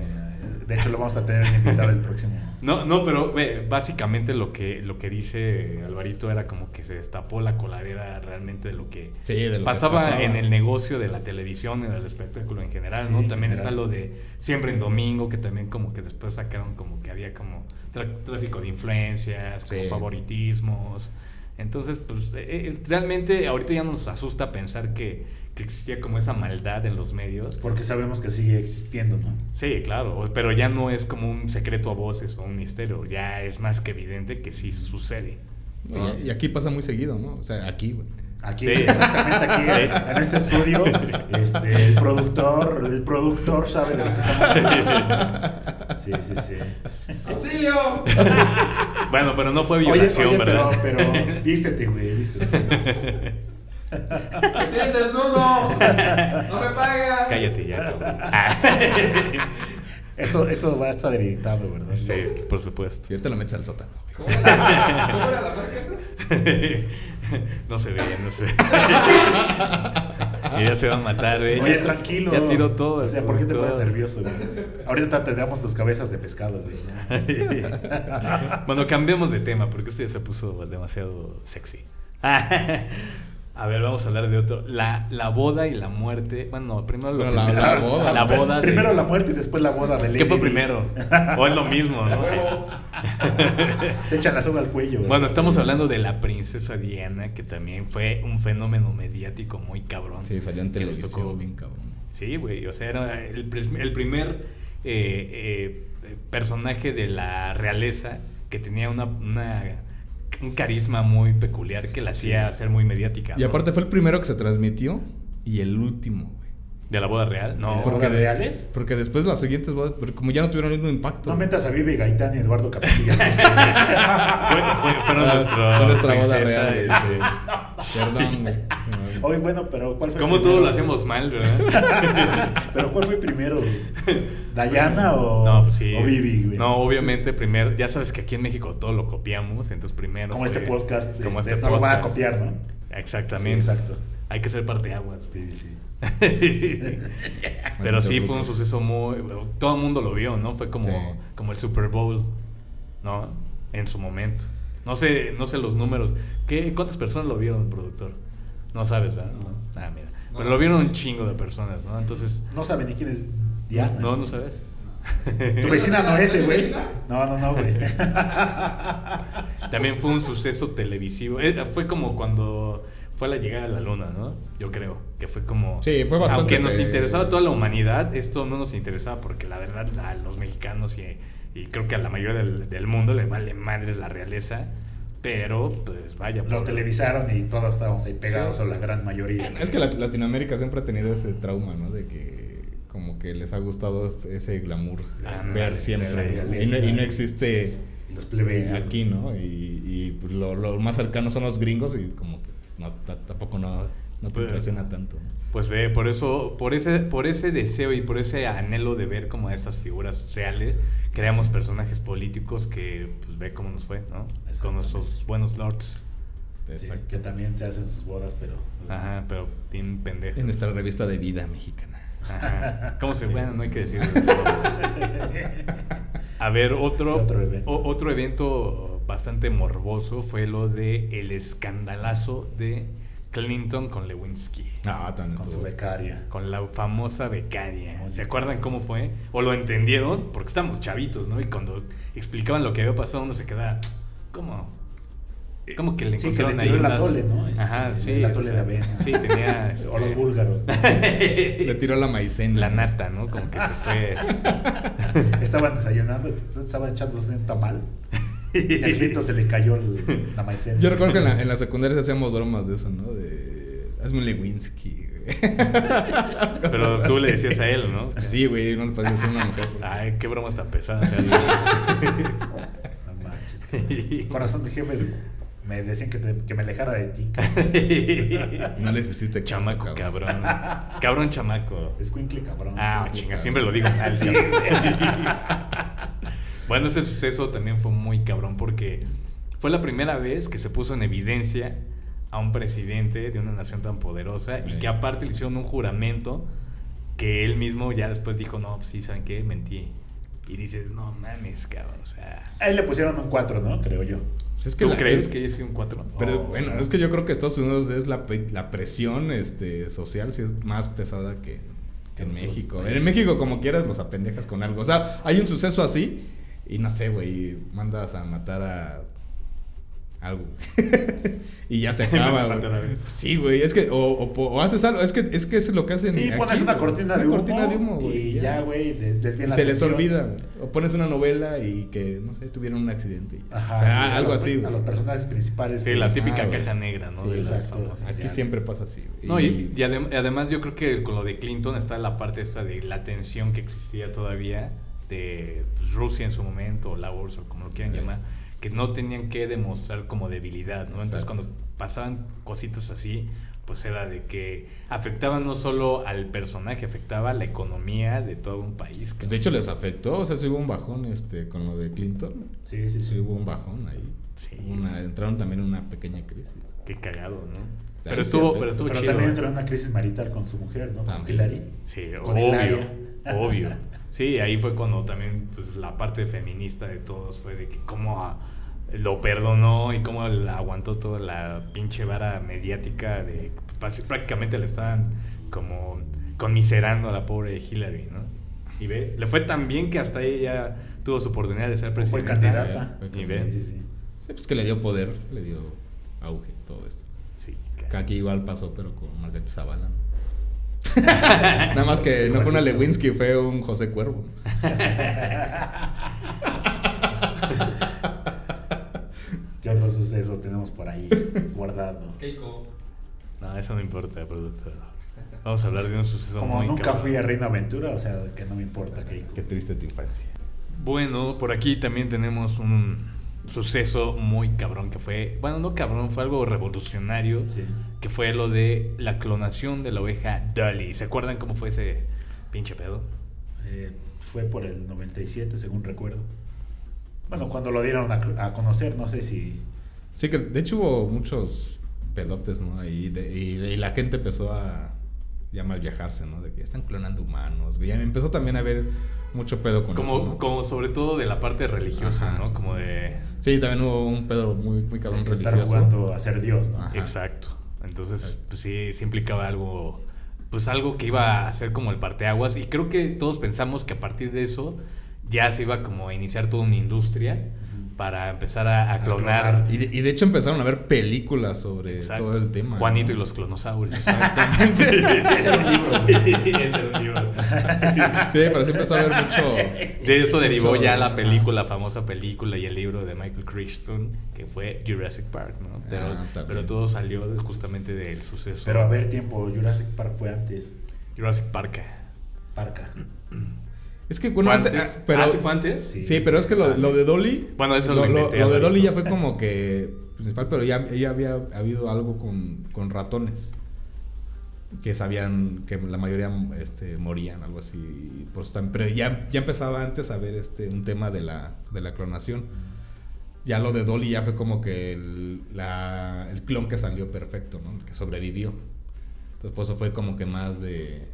D: De hecho, lo vamos a tener invitado el próximo.
E: No, no, pero ve, básicamente lo que, lo que dice Alvarito era como que se destapó la coladera realmente de lo que
G: Sí, de lo que
E: pasaba,
G: pasaba.
E: en el negocio de la televisión, en el espectáculo en general,
D: Sí,
E: ¿no?
D: en
E: También
D: general.
E: está lo de siempre en domingo, que también como que después sacaron como que había como tra- tráfico de influencias, como
G: Sí.
E: favoritismos. Entonces, pues eh, eh, realmente ahorita ya nos asusta pensar que, que existía como esa maldad en los medios.
D: Porque sabemos que sigue existiendo, ¿no?
E: Sí, claro, o- pero ya no es como un secreto a voces o un misterio, ya es más que evidente que sí sucede.
G: No, y aquí pasa muy seguido, ¿no? O sea, aquí, güey.
D: Aquí,
E: Sí.
D: exactamente aquí,
E: Sí.
D: en este estudio, este, el productor, el productor sabe de lo que estamos hablando. Sí, sí, sí.
F: ¡Auxilio!
E: Bueno, pero no fue
D: Oye,
E: violación,
D: oye,
E: ¿verdad?
D: pero, pero vístete, güey, vístete.
F: ¡Me tienen desnudo! ¡No me pagan!
E: Cállate ya, cabrón. Ah.
D: Esto, esto va a estar editado, ¿verdad?
E: sí, por supuesto.
G: Si ahorita lo metes al sótano. güey.
F: ¿Cómo era cómo era la marca?
E: No se veía, no se veía. Mira, se va a matar, güey.
D: Oye, tranquilo.
E: Ya tiró todo. el
D: O sea, ¿por qué te
E: productor.
D: pones nervioso, güey? Ahorita tenemos tus cabezas de pescado, güey.
E: bueno, cambiemos de tema porque esto ya se puso demasiado sexy. a ver, vamos a hablar de otro. La, la boda y la muerte. Bueno, primero lo
G: Pero
E: que
G: la-
E: se-
G: la boda.
E: La boda de-
D: Primero la muerte y después la boda de
E: ¿Qué fue
D: Lady Di.
E: primero? O es lo mismo, ¿no?
F: Huevo.
D: Se echan la soga al cuello, güey.
E: Bueno, estamos hablando de la princesa Diana, que también fue un fenómeno mediático muy cabrón.
G: Sí, salió en
E: Que les
G: televisión.
E: tocó-
G: bien cabrón.
E: Sí, güey, o sea, era el, pr- el primer eh, eh, personaje de la realeza que tenía una, una- un carisma muy peculiar que la hacía ser muy mediática.
G: Y
E: ¿no?
G: aparte fue el primero que se transmitió y el último, güey.
E: ¿De la boda real? No.
D: ¿Por
G: Porque
D: qué? reales?
G: Porque después las siguientes bodas, pero como ya no tuvieron el mismo impacto.
D: No metas a Vivi Gaitán y Eduardo Capilla.
E: Fue- fue- fueron nuestro-
G: Fue nuestra boda
E: princesa,
G: real.
E: este.
G: sí. Perdón, güey.
D: Hoy, bueno, pero ¿cuál fue
E: Como
D: primero?
E: todo lo hacemos mal, ¿verdad?
D: ¿Pero cuál fue primero? güey? ¿Dayana o,
E: No, pues sí.
D: o Vivi? güey?
E: No, obviamente, primero, ya sabes que aquí en México todo lo copiamos, entonces primero.
D: Como
E: fue-
D: este podcast.
E: Como
D: este,
E: este
D: no lo van a
E: podcast.
D: copiar, ¿no?
E: Exactamente.
D: Sí, exacto.
E: Hay que ser parteaguas.
D: Sí, sí.
E: Pero sí
G: Maldito
E: fue un
G: Rucos.
E: suceso muy. Todo el mundo lo vio, ¿no? Fue como,
G: Sí.
E: como el Super Bowl, ¿no? En su momento. No sé, no sé los números. ¿Qué, ¿Cuántas personas lo vieron, productor? No sabes, ¿verdad? No. Ah, mira. Pero lo vieron un chingo de personas, ¿no? Entonces.
D: No sabe ni quién es Diana.
E: No, no sabes.
D: Tu vecina no es, eh, güey.
F: ¿Tu vecina?
D: No, no, no, güey.
E: También fue un suceso televisivo. Eh, Fue como cuando fue la llegada a la luna, ¿no? Yo creo que fue como...
G: Sí, fue bastante
E: Aunque nos
G: te-
E: interesaba toda la humanidad, esto no nos interesaba porque la verdad a los mexicanos y, y creo que a la mayoría del, del mundo le vale madres la realeza. Pero, pues vaya.
D: Lo
E: por-
D: televisaron y todos estábamos ahí pegados, o la gran mayoría.
G: Es que Lat- Latinoamérica siempre ha tenido ese trauma, ¿no? De que como que les ha gustado ese glamour
E: Ándale, eh,
G: ver
E: sí,
G: siempre. ¿no? Y no, y no existe eh,
D: Los plebeyos.
G: aquí, ¿no? Y, y, pues, lo, lo más cercano son los gringos y como que pues, no, ta- tampoco no, no te
E: Pues-
G: impresiona tanto.
E: Pues ve, por eso, por ese, por ese deseo y por ese anhelo de ver como a estas figuras reales, creamos personajes políticos que, pues ve cómo nos fue, ¿no? Con nuestros buenos lords.
D: Sí,
G: Exacto.
D: que también se hacen sus bodas, pero.
E: Ajá, pero bien pendejo.
G: En nuestra revista de vida mexicana.
E: Ajá. ¿Cómo se? Bueno, no hay que decirlo. A ver, otro,
D: Otro evento.
E: o- otro evento bastante morboso fue lo de el escandalazo de Clinton con Lewinsky.
G: Ah, tan
D: Con su
G: estuvo.
D: becaria.
E: Con la famosa becaria. ¿Se acuerdan cómo fue? ¿O lo entendieron? Porque estábamos chavitos, ¿no? Y cuando explicaban lo que había pasado, uno se quedaba, ¿cómo? ¿Cómo que le
D: Sí, que le
E: encontraron
D: tiró el
E: unas-
D: atole, ¿no? Este,
E: Ajá,
D: tenía
E: sí.
D: El
E: o
D: atole de
E: sea,
D: avena.
E: Sí, tenía...
D: O los
E: este,
D: búlgaros.
G: Le tiró la maicena.
E: la nata, ¿no? Como que se fue.
D: Estaban desayunando, estaban echándose un tamal. Y a
E: este,
D: Clito se le cayó el- la maicena.
G: Yo recuerdo que en la, en la secundaria hacíamos bromas de eso, ¿no? De. Hazme un Lewinsky, güey.
E: Pero tú le decías a él, ¿no?
G: Sí, güey, no le podía decir a una mujer. porque-
E: Ay, qué bromas tan pesadas.
D: No manches. cabrón. Corazón, mis jefes me decían que, te- que me alejara de ti.
G: No les hiciste caso,
E: chamaco, cabrón. Cabrón chamaco.
D: Es cabrón.
E: Ah, chinga, siempre lo digo mal,
D: Sí.
E: cabrón. bueno, ese suceso también fue muy cabrón porque fue la primera vez que se puso en evidencia a un presidente de una nación tan poderosa y
G: Sí.
E: que aparte le hicieron un juramento que él mismo ya después dijo, no, pues sí, ¿saben qué? Mentí. Y dices, no mames, cabrón, o sea...
D: A él le pusieron un 4, ¿no? Creo yo.
G: Pues es que
E: ¿Tú
G: la-
E: crees
G: es-
E: que yo soy un 4?
G: Pero
D: Oh,
G: bueno, es que yo creo que Estados Unidos es la, pe- la presión este, social, si es más pesada que, que
D: Que
G: en
D: nosotros,
G: México.
D: güey.
G: En México, como quieras, los apendejas con algo. O sea, hay un suceso así y no sé, güey, mandas a matar a algo. y ya se
E: Mandas a
G: acaba, güey. Pues
E: matar a alguien.
G: Sí, güey, es que, o, o po- o haces algo, es que, es que es lo que hacen.
D: Sí,
G: aquí,
D: pones una
G: güey.
D: cortina
G: Una
D: de humo.
G: cortina de humo, güey.
D: Y ya, güey, de- desvía
G: Y
D: la
G: se les
D: atención.
G: olvida, güey. o pones una novela y que, no sé, tuvieron un accidente. y-
D: Ajá,
G: o sea,
D: sí, a
G: algo
D: los-
G: así,
D: A
G: güey.
D: los personajes principales.
E: Sí, la típica
G: Ah, güey.
E: caja negra, ¿no?
D: Sí,
E: de las
D: exacto.
E: famosas.
G: Aquí
D: Ya.
G: siempre pasa así, güey.
E: No, y, y adem- además yo creo que con lo de Clinton está la parte esta de la tensión que existía todavía de pues, Rusia en su momento, o la URSS, o como lo quieran
G: Sí.
E: llamar, que no tenían que demostrar como debilidad, ¿no? Entonces
G: Exacto.
E: cuando pasaban cositas así, pues era de que afectaban no solo al personaje, afectaba la economía de todo un país.
G: Pues de hecho les afectó, o sea, sí hubo un bajón este, con lo de Clinton.
D: Sí, sí,
G: Sí
D: sí.
G: hubo un bajón ahí.
E: Sí.
G: Hubo una- entraron también en una pequeña crisis.
E: Qué cagado, ¿no?
G: Sí,
E: Pero
G: sí,
E: estuvo,
G: afecta.
E: pero estuvo
D: Pero
E: chido.
D: también
E: ¿eh?
D: entró en una crisis marital con su mujer, ¿no? Con
G: También.
D: Hillary.
E: Sí,
D: Con
E: obvio,
D: Hilario.
E: obvio. Sí, ahí fue cuando también pues, la parte feminista de todos fue de que cómo a- lo perdonó y cómo la aguantó toda la pinche vara mediática de pues, prácticamente le estaban como conmiserando a la pobre Hillary, ¿no? Y ve, le fue tan bien que hasta ella tuvo su oportunidad de ser
D: Fue
E: presidenta.
D: candidata.
G: Fue
E: Y
G: candidata.
E: ve,
D: Sí, sí, sí.
G: Sí, pues que le dio poder, le dio auge todo esto.
E: sí,
G: Que
E: ca-
G: aquí igual pasó, pero con Margaret Zavala. Nada más que no fue una Lewinsky, fue un José Cuervo.
D: ¿Qué otro suceso tenemos por ahí guardado?
F: Keiko.
E: No, eso no importa, productor. Vamos a hablar de un suceso
D: Como
E: muy
D: nunca
E: cabrón.
D: fui a Reino Aventura, o sea, que no me importa. que-
H: Qué triste tu infancia.
E: Bueno, por aquí también tenemos un suceso muy cabrón que fue, bueno, no cabrón, fue algo revolucionario,
D: Sí.
E: que fue lo de la clonación de la oveja Dolly. ¿Se acuerdan cómo fue ese pinche pedo?
D: Eh, fue por el 97, según recuerdo. Bueno, cuando lo dieron a, a conocer, no sé si...
G: Sí, que de hecho hubo muchos pedotes, ¿no? Ahí de- Y, y la gente empezó a ya mal viajarse, ¿no? De que están clonando humanos. güey. Y empezó también a haber mucho pedo con
E: Como,
G: eso, ¿no?
E: como sobre todo de la parte religiosa,
G: Ajá.
E: ¿no? Como de...
G: Sí, también hubo un pedo muy, muy cabrón
D: que estar
G: religioso. Ah.
D: jugando a ser Dios, ¿no?
G: Ajá.
E: Exacto. Entonces, pues sí, sí implicaba algo, pues algo que iba a ser como el parteaguas. Y creo que todos pensamos que a partir de eso ya se iba como a iniciar toda una industria para empezar a, a clonar.
G: Y de, y de hecho empezaron a ver películas sobre
E: Exacto.
G: todo el tema.
E: Juanito
G: ¿no?
E: y los clonosaurios.
G: Exactamente.
D: Ese era un libro, güey.
G: sí, pero sí empezó a haber mucho.
E: De eso derivó
G: Mucho-
E: ya la
G: ajá.
E: película, famosa película y el libro de Michael Crichton, que fue Jurassic Park, ¿no? Pero,
G: Ah, también.
E: pero todo salió de- justamente del suceso.
D: Pero a ver, tiempo, Jurassic Park fue antes.
E: Jurassic Park.
D: Parca.
G: Es que bueno,
E: ¿Fue
G: antes-
E: antes?
G: ah, pero,
E: Ah, ¿sí fue antes?
G: Sí, pero es que lo, lo de Dolly.
E: Bueno, eso lo inventé,
G: de Dolly ya
E: Alvarito.
G: fue como que principal, pero ya, ya había habido algo con, con ratones. Que sabían que la mayoría este, morían, algo así. y por eso tam- pero ya, ya empezaba antes a ver este, un tema de la, de la clonación. Ya lo de Dolly ya fue como que el, la- el clon que salió perfecto, ¿no? Que sobrevivió. Entonces, por eso fue como que más de.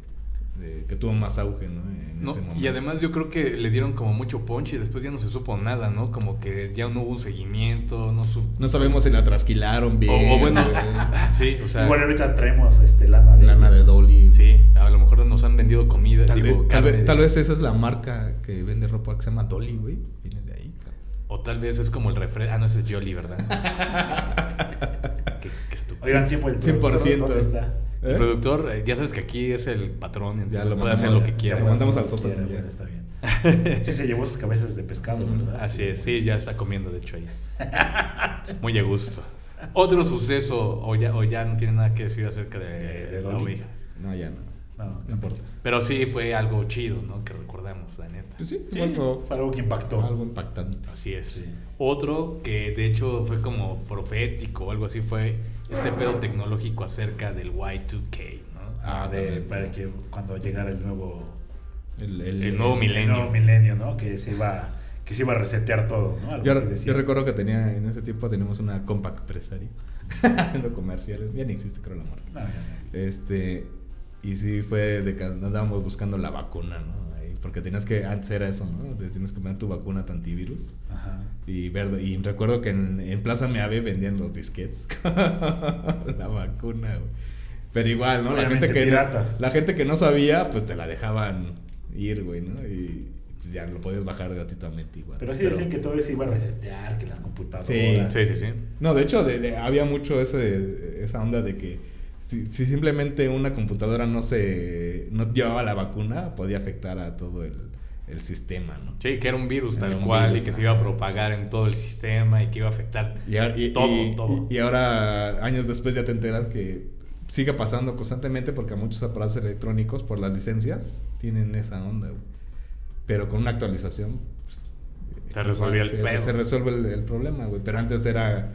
G: de- que tuvo más auge, ¿no? En
E: No,
G: ese momento.
E: y además yo creo que le dieron como mucho punch y después ya no se supo nada, ¿no? Como que ya no hubo un seguimiento, no su-
G: No sabemos si la trasquilaron bien.
E: O, o bueno,
G: güey.
E: sí, o sea,
D: Igual ahorita traemos este, lana de...
G: Lana de Dolly.
E: sí, a lo mejor nos han vendido comida,
G: Tal,
E: digo,
G: vez, tal,
E: carne
G: vez,
E: de-
G: tal vez esa es la marca que vende ropa que se llama Dolly, güey. Viene de ahí, cabrón.
E: o tal vez es como el refresco, ah, no, ese es Jolly, ¿verdad? qué, qué estúpido.
D: Oigan, tiempo, el
G: 100%.
D: productor, ¿dónde está?
E: El productor, eh, ya sabes que aquí es el patrón, entonces
G: lo
E: puede
G: mandamos
E: hacer lo
G: a-
E: que
G: Ya
E: quiera.
G: lo mandamos
D: Lo
G: al sótano,
D: quiera,
G: ya.
D: bueno, Está bien. Sí, se llevó sus cabezas de pescado, ¿verdad?
E: Así es, sí, ya está comiendo, de hecho, ahí. Muy a gusto. Otro suceso, o ya, o ya no tiene nada que decir acerca de,
D: de
E: la
D: Dolly.
E: oveja.
G: No, ya no.
D: No,
G: No importa.
E: Pero sí fue algo chido, ¿no? Que recordamos, la neta.
G: Pues sí,
D: Sí,
G: algo,
D: fue algo que impactó.
G: algo impactante.
E: Así es.
D: Sí.
E: Otro que de hecho fue como profético o algo así fue este pedo tecnológico acerca del Y2K, ¿no?
D: Ah, de,
G: también.
D: para que cuando llegara el nuevo,
G: El,
E: El nuevo
D: el
E: milenio.
D: nuevo milenio, ¿no? Que se iba, que se iba a resetear todo, ¿no? Algo
G: Yo,
D: así
G: yo
D: decía.
G: recuerdo que tenía, en ese tiempo teníamos una compact presaria haciendo comerciales. Ya ni existe, creo, la marca.
D: No, Ah, ya no.
G: Este, y sí fue de que andábamos buscando la vacuna, ¿no? Ahí, porque tenías que, antes era eso, ¿no? Te Tienes que poner tu vacuna antivirus.
D: Ajá.
G: Y, verde, y recuerdo que en, en Plaza Meave vendían los disquets. con la vacuna, güey. Pero igual, ¿no? La
D: Obviamente
G: gente, que
D: piratas.
G: la gente que no sabía, pues te la dejaban ir, güey, ¿no? Y pues, ya lo podías bajar gratuitamente igual.
D: Pero sí decían que todo se iba a resetear, que las computadoras.
E: Ah, Sí, sí, sí.
G: No, de hecho, de- de- había mucho ese, esa onda de que si, si simplemente una computadora no se no llevaba la vacuna, podía afectar a todo el, el sistema, ¿no?
E: Sí, que era un virus
G: Era
E: tal
G: un
E: cual
G: virus,
E: y que se
G: ajá.
E: iba a propagar en todo el sistema y que iba a afectar.
G: Y, ahora- y-
E: Todo,
G: y-
E: todo.
G: y- y ahora, años después, ya te enteras que sigue pasando constantemente porque muchos aparatos electrónicos, por las licencias, tienen esa onda, güey. Pero con una actualización. pues,
E: Se resolvía el
G: se-
E: pedo.
G: Se resuelve el, el problema, güey. Pero antes era.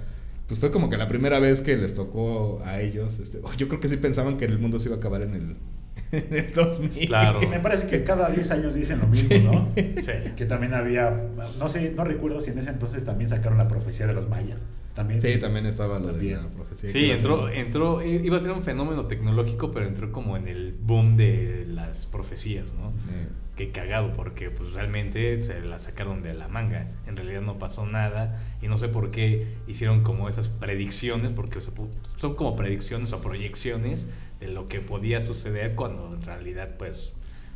G: Pues fue como que la primera vez que les tocó a ellos. este, yo creo que sí pensaban que el mundo se iba a acabar en el, en el 2000.
E: Claro.
D: Que me parece que cada 10 años dicen lo mismo, ¿no?
E: Sí.
D: Que también había, no sé, no recuerdo si en ese entonces también sacaron la profecía de los mayas. También.
G: Sí, también estaba lo de la
D: También.
G: profecía. que
E: Sí,
G: iba a
E: entró,
G: ser-
E: entró, i- iba a ser un fenómeno tecnológico, pero entró como en el boom de las profecías, ¿no?
G: Eh,
E: Qué cagado, porque pues realmente se la sacaron de la manga. En realidad no pasó nada y no sé por qué hicieron como esas predicciones, porque se pu- son como predicciones o proyecciones de lo que podía suceder cuando en realidad pues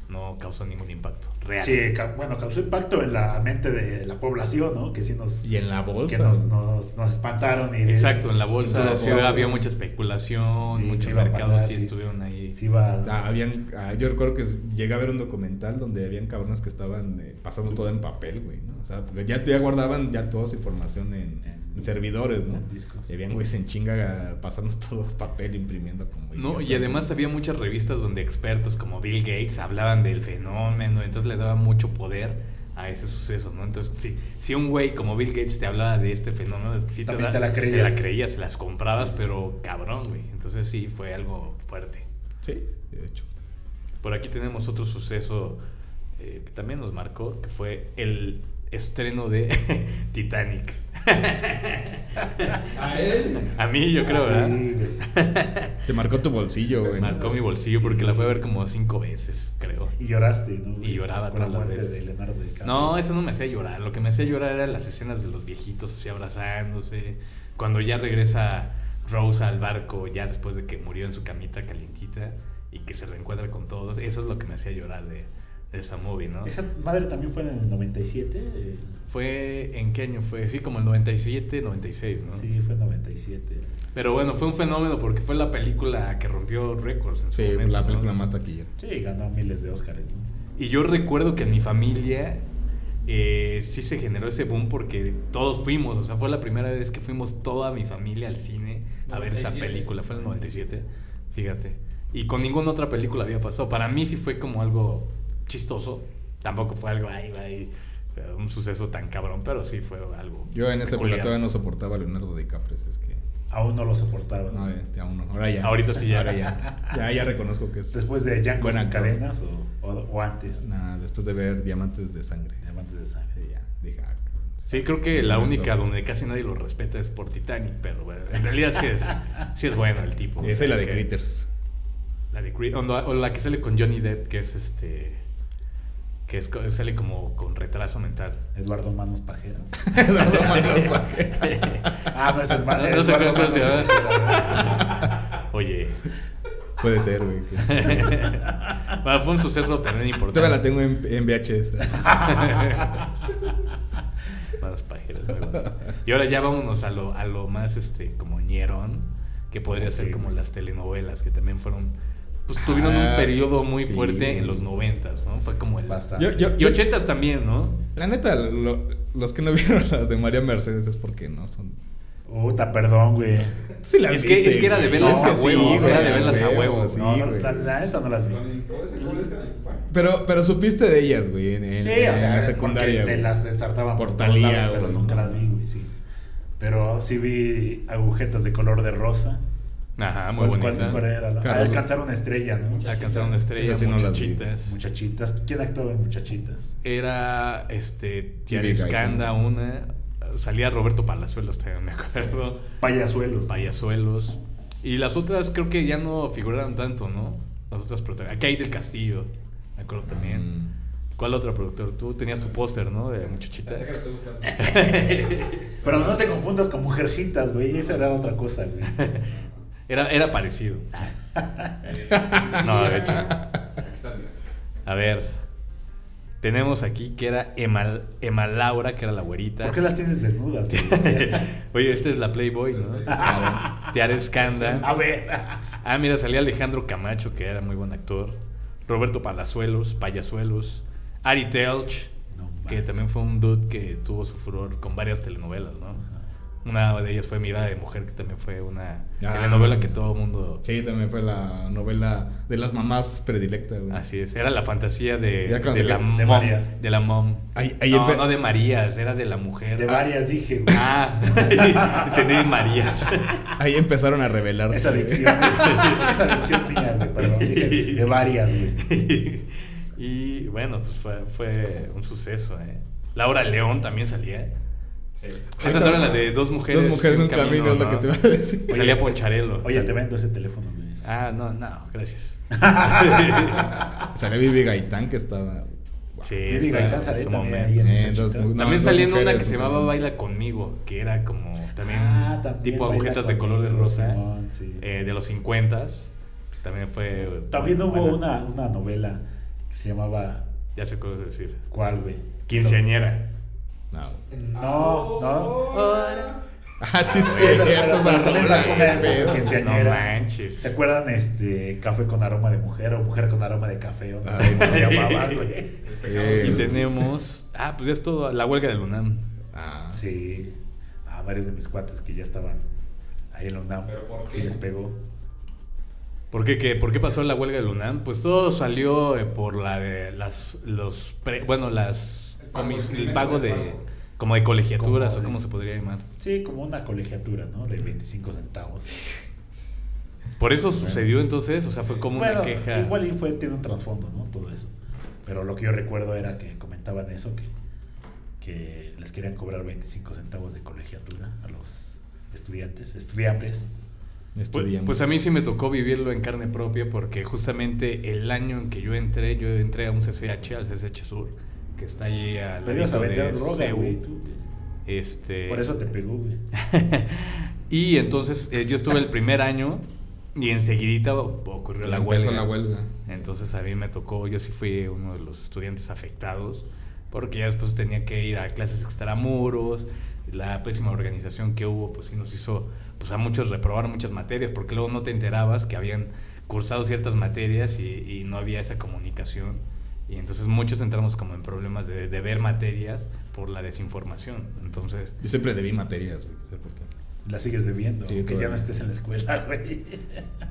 E: no causó ningún impacto real.
D: Sí, ca- bueno, causó impacto en la mente de la población, ¿no? Que sí nos,
G: Y en la bolsa.
D: que nos, nos, nos espantaron. Y
E: Exacto, en la bolsa
D: Entonces,
E: sí,
D: sí,
E: había
D: sí.
E: mucha especulación,
D: Sí,
E: muchos
D: ¿qué iba a
E: mercados
D: pasar?
E: sí,
D: Sí,
E: estuvieron ahí.
D: Sí, va.
G: Ah, habían, ah, yo recuerdo que s- llegué a ver un documental donde habían cabrones pues, que estaban eh, pasando todo en papel, güey, ¿no? O sea, porque ya, ya guardaban ya toda su información en, en en servidores, ¿no?
D: En discos.
G: Y habían güeyes en chinga pasando todo papel, imprimiendo como...
D: Pues
E: No, y
G: idiota.
E: además había muchas revistas donde expertos como Bill Gates hablaban del fenómeno, entonces le daba mucho poder a ese suceso, ¿no? Entonces, si, si un güey como Bill Gates te hablaba de este fenómeno, sí te,
D: También te
E: da-
D: la creías.
E: creías, las comprabas,
D: Sí, sí.
E: pero cabrón, güey. Entonces sí, fue algo fuerte.
G: Sí, de hecho.
E: Por aquí tenemos otro suceso eh, que también nos marcó, que fue el estreno de Titanic.
F: A él.
E: A mí, yo creo, ¿verdad?
D: Ah, Sí, güey.
G: Te marcó tu bolsillo, güey. ¿no?
E: Marcó mi bolsillo porque la fue a ver como cinco veces, creo.
D: Y lloraste, ¿no? güey?
E: Y lloraba
D: Con la
E: todas las
D: muerte
E: veces.
D: de Leonardo DiCaprio.
E: No, eso no me hacía llorar. Lo que me hacía llorar eran las escenas de los viejitos así abrazándose. Cuando ya regresa Rose al barco, ya después de que murió en su camita calientita y que se reencuentra con todos. Eso es lo que me hacía llorar de, de esa movie, ¿no?
D: Esa madre también fue en el 97. eh,
E: Fue, ¿en qué año fue? Sí, como el 97, 96, ¿no?
D: Sí, fue en 97.
E: Pero bueno, fue un fenómeno porque fue la película que rompió récords en su
G: Sí,
E: momento,
G: la
E: ¿no?
G: película más taquillera.
D: Sí, ganó miles de Óscares, ¿no?
E: Y yo recuerdo que en mi familia eh, sí se generó ese boom porque todos fuimos, o sea, fue la primera vez que fuimos toda mi familia al cine a ver esa
F: 97.
E: película, fue en el 97, fíjate. Y con ninguna otra película había pasado. Para mí sí fue como algo chistoso, tampoco fue algo, ay, güey, eh, un suceso tan cabrón, pero sí fue algo.
G: Yo en ese
E: peculiar.
G: momento todavía no soportaba a Leonardo DiCaprio, es que...
D: Aún no lo soportabas.
G: No, eh, aún no. Ahora ya.
E: Ahorita sí ya.
G: Ahora ya. Ya, ya reconozco que es...
D: Después de Django
G: Buen
D: sin
G: actor.
D: cadenas o, o- o antes.
G: Nah, después de ver Diamantes de Sangre.
D: Antes de esa.
G: Sí, ya. Dije, ah, cabrón.
E: Sí, creo que la única donde casi nadie lo respeta es por Titanic, pero bueno, en realidad sí es, sí es bueno el tipo.
G: Esa es la de
E: que-
G: Critters.
E: La de Creed. O, no, o la que sale con Johnny Depp, que es este. Que es, co- sale como con retraso mental.
D: Eduardo Manos Pajeras.
G: Eduardo Manos Pajeras.
D: ah, no es el
E: No, no sé
D: Eduardo
E: cómo
D: Manos
E: se llama.
D: Pajeras.
E: Oye.
G: Puede ser, güey.
E: Bueno, fue un suceso también importante.
G: Todavía la tengo en, en VHS.
E: Manos pajeras, muy bueno. Y ahora ya vámonos a lo, a lo más este, como ñerón, que podría ser como las telenovelas, que también fueron. Pues tuvieron
G: Ah,
E: un periodo muy
G: sí.
E: fuerte en los noventas, ¿no? Fue como el.
D: Bastante.
G: Yo, yo,
E: Y
G: yo-
E: ochentas también, ¿no?
G: La neta, lo- los que no vieron las de María Mercedes es porque no son.
D: Puta, perdón, güey.
G: Sí las
E: Es que- es que era de
G: güey.
E: verlas
D: a huevo, era de
E: verlas a
G: güey,
E: huevo.
G: sí,
D: no, no,
G: güey.
D: la, la neta no las vi.
F: Con- ¿Cómo es el cómo es el- bueno,
G: Pero, pero supiste de ellas, güey, en, en-
D: Sí,
G: en
D: o sea,
G: la
D: porque
G: secundaria.
D: Te
G: güey.
D: las ensartaban
G: Por
D: todos
G: Thalía,
D: lados, pero
G: güey,
D: nunca
G: ¿no?
D: las vi, güey, sí. Pero sí vi agujetas de color de rosa.
E: Ajá, muy
D: ¿Cuál- cuál-
E: bonita.
D: cuál era la-
G: Carlos.
D: Alcanzar una estrella, ¿no?
E: Alcanzaron estrellas,
G: Esas sí no las vi.
E: muchachitas.
D: Muchachitas. ¿Quién actuaba en Muchachitas?
E: Era este
G: Gaitán.
E: Tiariscanda una. Salía Roberto Palazuelos, también me acuerdo.
D: Payasuelos.
E: Payasuelos. Y las otras creo que ya no figuraron tanto, ¿no? Las otras protagonistas. Aquí hay del Castillo, me acuerdo también.
G: Mm.
E: ¿Cuál otra productor? Tú tenías tu póster, ¿no? De muchachita.
F: la que te gusta.
D: Pero no te confundas con mujercitas, güey. Esa era otra cosa, güey.
E: Era, era parecido. No, de hecho.
F: Aquí está, mira.
E: A ver. Tenemos aquí que era Emma, Emma Laura, que era la güerita.
D: ¿Por qué las tienes desnudas, güey? O sea,
E: Oye, esta es la Playboy, ¿no?
F: Claro.
E: Tiariscanda.
D: a ver.
E: Ah, mira, salía Alejandro Camacho, que era muy buen actor. Roberto Palazuelos, Payasuelos. Ari Telch,
D: No
E: que
D: mames.
E: también fue un dude que tuvo su furor con varias telenovelas, ¿no? Una de ellas fue Mirada de Mujer, que también fue una
G: Ah.
E: telenovela que todo el mundo...
G: Sí, también fue la novela de las mamás predilecta, güey.
E: Así es, era la fantasía de,
G: Ya
E: de
G: conseguí-
E: la
G: de
E: mom.
D: Marías.
E: De la mom.
G: Ahí- ahí
E: no,
G: empe-
E: no de Marías, era de la mujer.
D: De
E: Marías.
D: varias dije, güey.
E: Ah, entendí Marías.
G: Ahí empezaron a revelarse.
D: Esa adicción. güey. Esa adicción mía, güey. Perdón. dije, de varias, güey.
E: y bueno, pues fue, fue un suceso, ¿eh? Laura León también salía. Esa no era la de dos mujeres.
G: Dos mujeres
E: y
G: un camino, es
E: ¿no?
G: lo que te iba a decir.
E: Y Salía Poncharelo.
D: Oye, te vendo ese teléfono, güey.
E: Ah, no, no, gracias. ah.
G: Salía Vivi Gaitán que estaba.
E: sí,
D: Vivi
E: está
D: Gaitán
E: en
D: salía
E: su
D: también
E: momento.
D: ahí en
G: Eh,
D: Muchachitas.
G: entonces, no.
E: también
G: dos
E: salía en una que
G: mujeres,
E: se
G: un
E: llamaba
G: camino.
E: Baila Conmigo, que era como también,
D: Ah, también
E: tipo
D: baila
E: agujetas de
D: conmigo,
E: color de rosa,
D: Simón, sí.
E: eh, de los 50 También fue.
D: También
E: bueno,
D: hubo
E: bueno,
D: una, una novela que se llamaba.
E: Ya sé cómo decir.
D: ¿Cuál, güey?
E: Quinceañera.
G: No.
D: No, no.
F: Ahora.
G: Ah, sí, sí,
D: Pero-
G: cierto,
D: pero-
G: esa
D: pero-
G: rola,
D: pero-
G: qué
D: pero-
G: pedo.
D: Quinceañera.
E: No manches.
D: ¿Se acuerdan este café con aroma de mujer o mujer con aroma de café? O no
E: Ah,
D: sé
G: Ay,
D: cómo se
E: no.
D: llamaba, güey.
G: Eh,
E: Y tenemos. Ah, pues ya es todo. La huelga del UNAM.
G: ah,
D: Sí. a varios de mis cuates que ya estaban ahí en la UNAM.
F: ¿Pero por
D: Sí
F: qué?
D: les pegó.
E: ¿Por qué, qué? ¿Por qué pasó la huelga de la UNAM? Pues todo salió eh, por la de las, los, pre- bueno, las,
F: El pago,
E: comis-
F: el
E: el
F: primer
E: pago
F: del
E: de,
F: pago.
E: como de colegiaturas
D: Como
E: o
D: de-
E: como se podría llamar.
D: Sí, como una colegiatura, ¿no? De 25 centavos.
E: ¿Por eso sucedió entonces? O sea, fue como
D: Bueno,
E: una queja.
D: Igual y fue, tiene un trasfondo, ¿no? Todo eso. Pero lo que yo recuerdo era que comentaban eso, que, que les querían cobrar 25 centavos de colegiatura a los estudiantes, estudiantes.
E: Pues,
G: Estudiamos.
E: pues a mí sí me tocó vivirlo en carne propia porque justamente el año en que yo entré, yo entré a un CCH, al CCH Sur, que está allí al
D: Pero ibas a
E: ladito de
D: vender droga,
E: CEU.
D: güey. tú.
E: Este,
D: Por eso te pegó, güey.
E: y entonces eh, yo estuve el primer año y enseguidita ocurrió la
G: Empezó
E: huelga.
G: la huelga.
E: Entonces a mí me tocó, yo sí fui uno de los estudiantes afectados, porque ya después tenía que ir a clases extramuros, la pésima organización que hubo, pues sí nos hizo pues, a muchos reprobar muchas materias, porque luego no te enterabas que habían cursado ciertas materias y, y no había esa comunicación. Y entonces muchos entramos como en problemas de, de ver materias por la desinformación. Entonces,
G: Yo siempre debí materias, güey. no sé por qué.
D: La sigues debiendo,
G: Sí,
D: que ya
G: todavía.
D: no estés en la escuela, güey.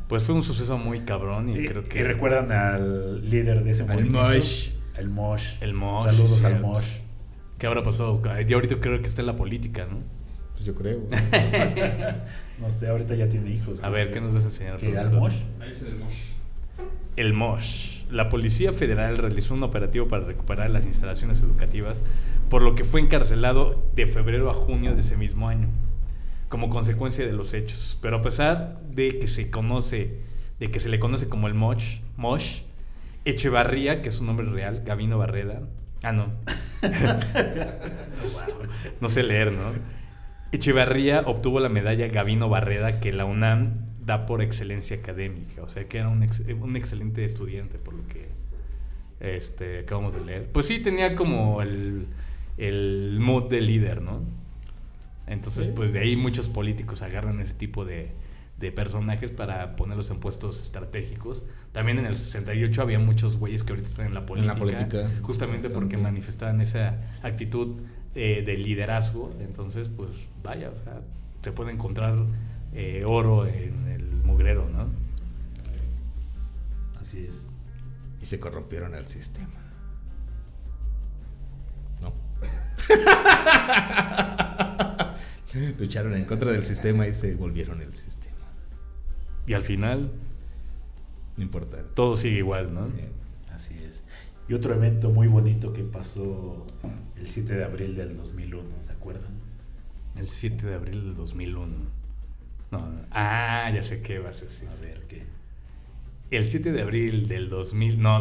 E: pues fue un suceso muy cabrón y,
D: Y,
E: creo que...
D: y recuerdan al líder de ese
G: Al
D: movimiento.
G: Mosh.
D: El Mosh.
E: El Mosh,
D: Saludos al
E: cierto.
D: Mosh.
E: ¿Qué habrá pasado? Ya ahorita creo que está en la política, ¿no?
G: Pues yo creo. güey.
D: No sé, ahorita ya tiene hijos.
E: A
D: güey.
E: ver, ¿qué nos vas a enseñar?
D: ¿Qué, al
E: profesor?
D: Mosh?
F: Ahí se del mosh.
E: El MOSH. La Policía Federal realizó un operativo para recuperar las instalaciones educativas, por lo que fue encarcelado de febrero a junio de ese mismo año, como consecuencia de los hechos. Pero a pesar de que se conoce, de que se le conoce como el MOSH, MOSH Echevarría, que es su nombre real, Gabino Barreda. Ah, no. no sé leer, ¿no? Echevarría obtuvo la medalla Gavino Barreda que la UNAM da por excelencia académica. O sea que era un, ex- un excelente estudiante, por lo que este, acabamos de leer. Pues sí, tenía como el, el mood de líder, ¿no? Entonces, pues de ahí muchos políticos agarran ese tipo de, de personajes para ponerlos en puestos estratégicos. También en el 68 había muchos güeyes que ahorita están en la
G: En
E: política.
G: la política.
E: Justamente porque
G: Bastante.
E: manifestaban esa actitud eh, de liderazgo. Entonces, pues vaya, o sea, se puede encontrar eh, oro en el mugrero, ¿no?
D: Así es.
G: Y se corrompieron al sistema. No. Lucharon en contra del sistema y se volvieron el sistema.
E: Y al final,
G: No importa.
E: todo sigue igual, ¿no?
D: Así es. Y otro evento muy bonito que pasó el 7 de abril del 2001, ¿se acuerdan?
E: El 7 de abril del 2001. No, no. ah, ya sé qué vas a decir.
D: A ver qué.
E: El 7 de abril del 2000, no,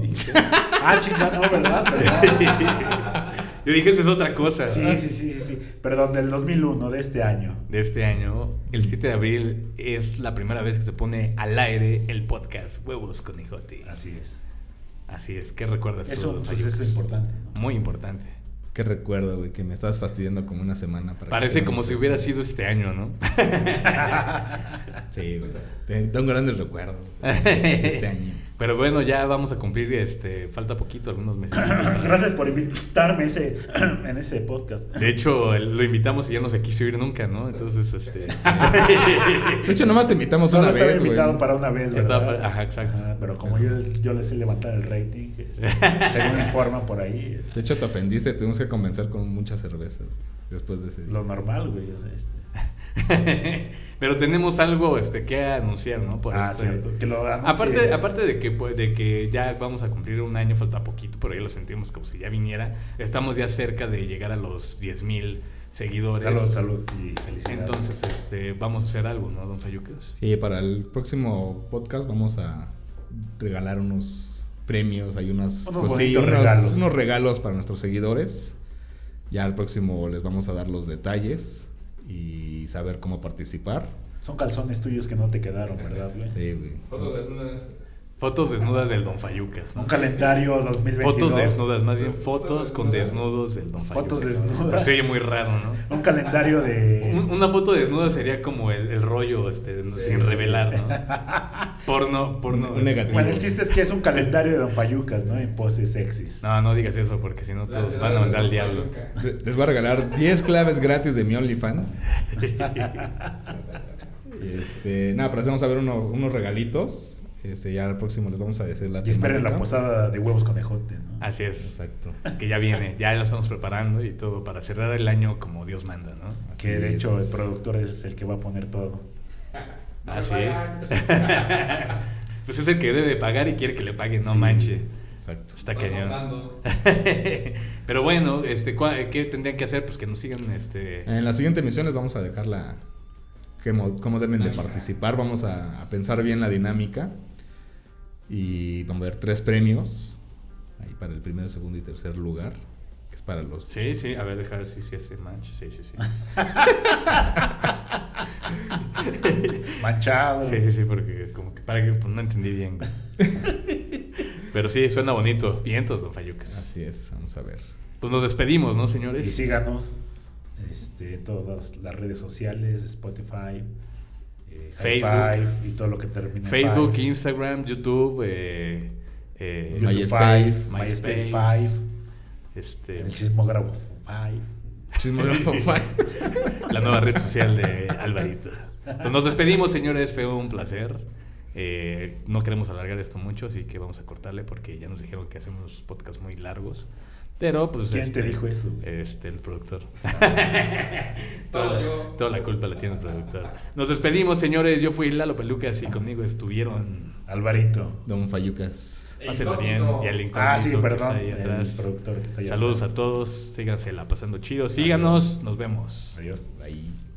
E: dijiste.
D: Ah, chica, no, ¿verdad? Perdón.
E: Yo dije, eso es otra cosa.
D: Sí, sí, sí, sí, sí. Perdón, del 2001, de este año.
E: de este año. El 7 de abril es la primera vez que se pone al aire el podcast Huevos con Hijote.
D: Así es.
E: Así es, ¿qué recuerdas
D: Es
E: tú,
D: un
E: Mayux?
D: suceso importante. ¿no?
E: Muy importante.
G: Qué recuerdo, güey, que me estabas fastidiando como una semana. para que
E: Parece
G: hicieran
E: como
G: eso.
E: si hubiera sido este año, ¿no?
G: Sí, güey. Ten- Tengo grandes recuerdos de este año.
E: Pero bueno, ya vamos a cumplir, este, falta poquito, algunos meses.
D: Gracias por invitarme ese, en ese podcast.
E: De hecho, el- lo invitamos y ya no se quiso ir nunca, ¿no? Entonces, este...
G: De hecho, nomás te invitamos
D: Solo
G: una
D: estaba
G: vez, güey.
D: invitado para una vez, ¿verdad? Ah,
E: Estaba para- ajá, exacto.
D: pero como yo, yo le sé levantar el rating, este, según informan por ahí, este, es
G: De hecho, te ofendiste. Tuvimos que comenzar con muchas cervezas después de ese día.
D: lo normal, güey. o sea, este.
E: Pero tenemos algo este, que anunciar, ¿no? Por
D: Ah,
E: este-
D: cierto. Que lo anuncie.
E: Aparte, aparte de, que, pues, de que ya vamos a cumplir un año, falta poquito, pero ya lo sentimos como si ya viniera. Estamos ya cerca de llegar a los 10.000 seguidores.
D: Salud, salud y felicidades.
E: Entonces, este, vamos a hacer algo, ¿no, don Fayucas?
G: Sí, para el próximo podcast vamos a regalar unos premios, hay unas
D: Unos
G: pues sí,
D: bonitos
G: unos-
D: regalos.
G: unos regalos para nuestros seguidores. Ya al próximo les vamos a dar los detalles y saber cómo participar.
D: Son calzones tuyos que no te quedaron, ¿verdad, güey?
G: Sí, güey.
F: Fotos desnudas.
E: Fotos desnudas del Don Fayucas. ¿no?
D: Un calendario 2022.
E: Fotos desnudas, más bien fotos con desnudos del Don Fayucas.
D: Fotos desnudas.
E: Pero se oye muy raro, ¿no?
D: Un calendario de.
E: Un- Una foto desnuda sería como el, el rollo este, sin
D: sí,
E: revelar, ¿no? este, Porno, porno.
G: Un negativo.
D: Bueno, el chiste es que es un calendario de Don Fayucas, ¿no? En poses sexys.
E: No, no digas eso porque si no
F: La
E: todos
F: ciudad
E: van a
F: de
E: mandar al
F: Don
E: diablo. Ah,
F: Pachuca.
G: Les voy a regalar 10 claves gratis de mi OnlyFans. Este, nada, pero sí vamos a ver unos, unos regalitos. Este, ya al próximo les vamos a decir la
D: Y esperen la
G: temática.
D: posada de huevos conejote, ¿no?
E: Así es.
G: Exacto.
E: Que ya viene, ya lo estamos preparando y todo para cerrar el año como Dios manda, ¿no?
D: que de
G: Así
D: hecho
G: es.
D: el productor es el que va a poner todo.
F: No
E: Así
F: me
E: es.
F: pagan.
E: Pues es el que debe de pagar y quiere que le paguen, no
D: Sí.
E: manche.
G: Exacto.
E: Está
F: Estamos
E: cañón.
F: dando.
E: Pero bueno, este, ¿cuá- ¿qué tendrían que hacer? Pues que nos sigan, este...
D: Eh.
G: En la siguiente emisión les vamos a dejar la cómo, cómo deben de
F: Dinámica.
G: participar. Vamos a, a pensar bien la dinámica. Y vamos a ver tres premios. Ahí para el primer, segundo y tercer lugar. Que es para los.
E: Sí, sí, a ver, dejar si se hace match. Sí, sí, sí.
D: Ah. Manchado.
E: Sí, sí, sí, porque como que para que pues, no entendí bien. güey. Pero sí, suena bonito. Vientos, don Fayucas.
G: Así es, vamos a ver.
E: Pues nos despedimos, ¿no, señores?
D: Ah, Y síganos este, en todas las redes sociales, Spotify, eh, High
E: Facebook.
D: Five y todo lo que termina en
E: Facebook,
D: Five.
E: Instagram, YouTube, eh, eh,
D: YouTube
G: MySpace.
D: Five, MySpace
E: MySpace.
D: Five,
E: este,
D: el chismógrafo Five.
G: Chismógrafo Five.
E: la nueva red social de Alvarito. Pues nos despedimos, señores. Fue un placer. Eh, no queremos alargar esto mucho, así que vamos a cortarle porque ya nos dijeron que hacemos podcasts muy largos. Pero, pues.
D: ¿Quién te dijo eso?
E: Este, el productor.
F: Todo
E: toda,
F: yo.
E: toda la culpa la tiene el productor. Nos despedimos, señores. Yo fui Lalo Pelucas y conmigo estuvieron.
D: Alvarito.
G: Don Fayucas.
F: El
E: Pásenla bien.
F: incógnito.
E: Y el incógnito
D: Ah, sí,
E: que
D: perdón.
E: está ahí
D: el
E: atrás.
D: productor que está allá
E: Saludos
D: atrás.
E: a todos. Síganse la pasando chido. Síganos. Nos vemos.
D: Adiós.
G: Ahí.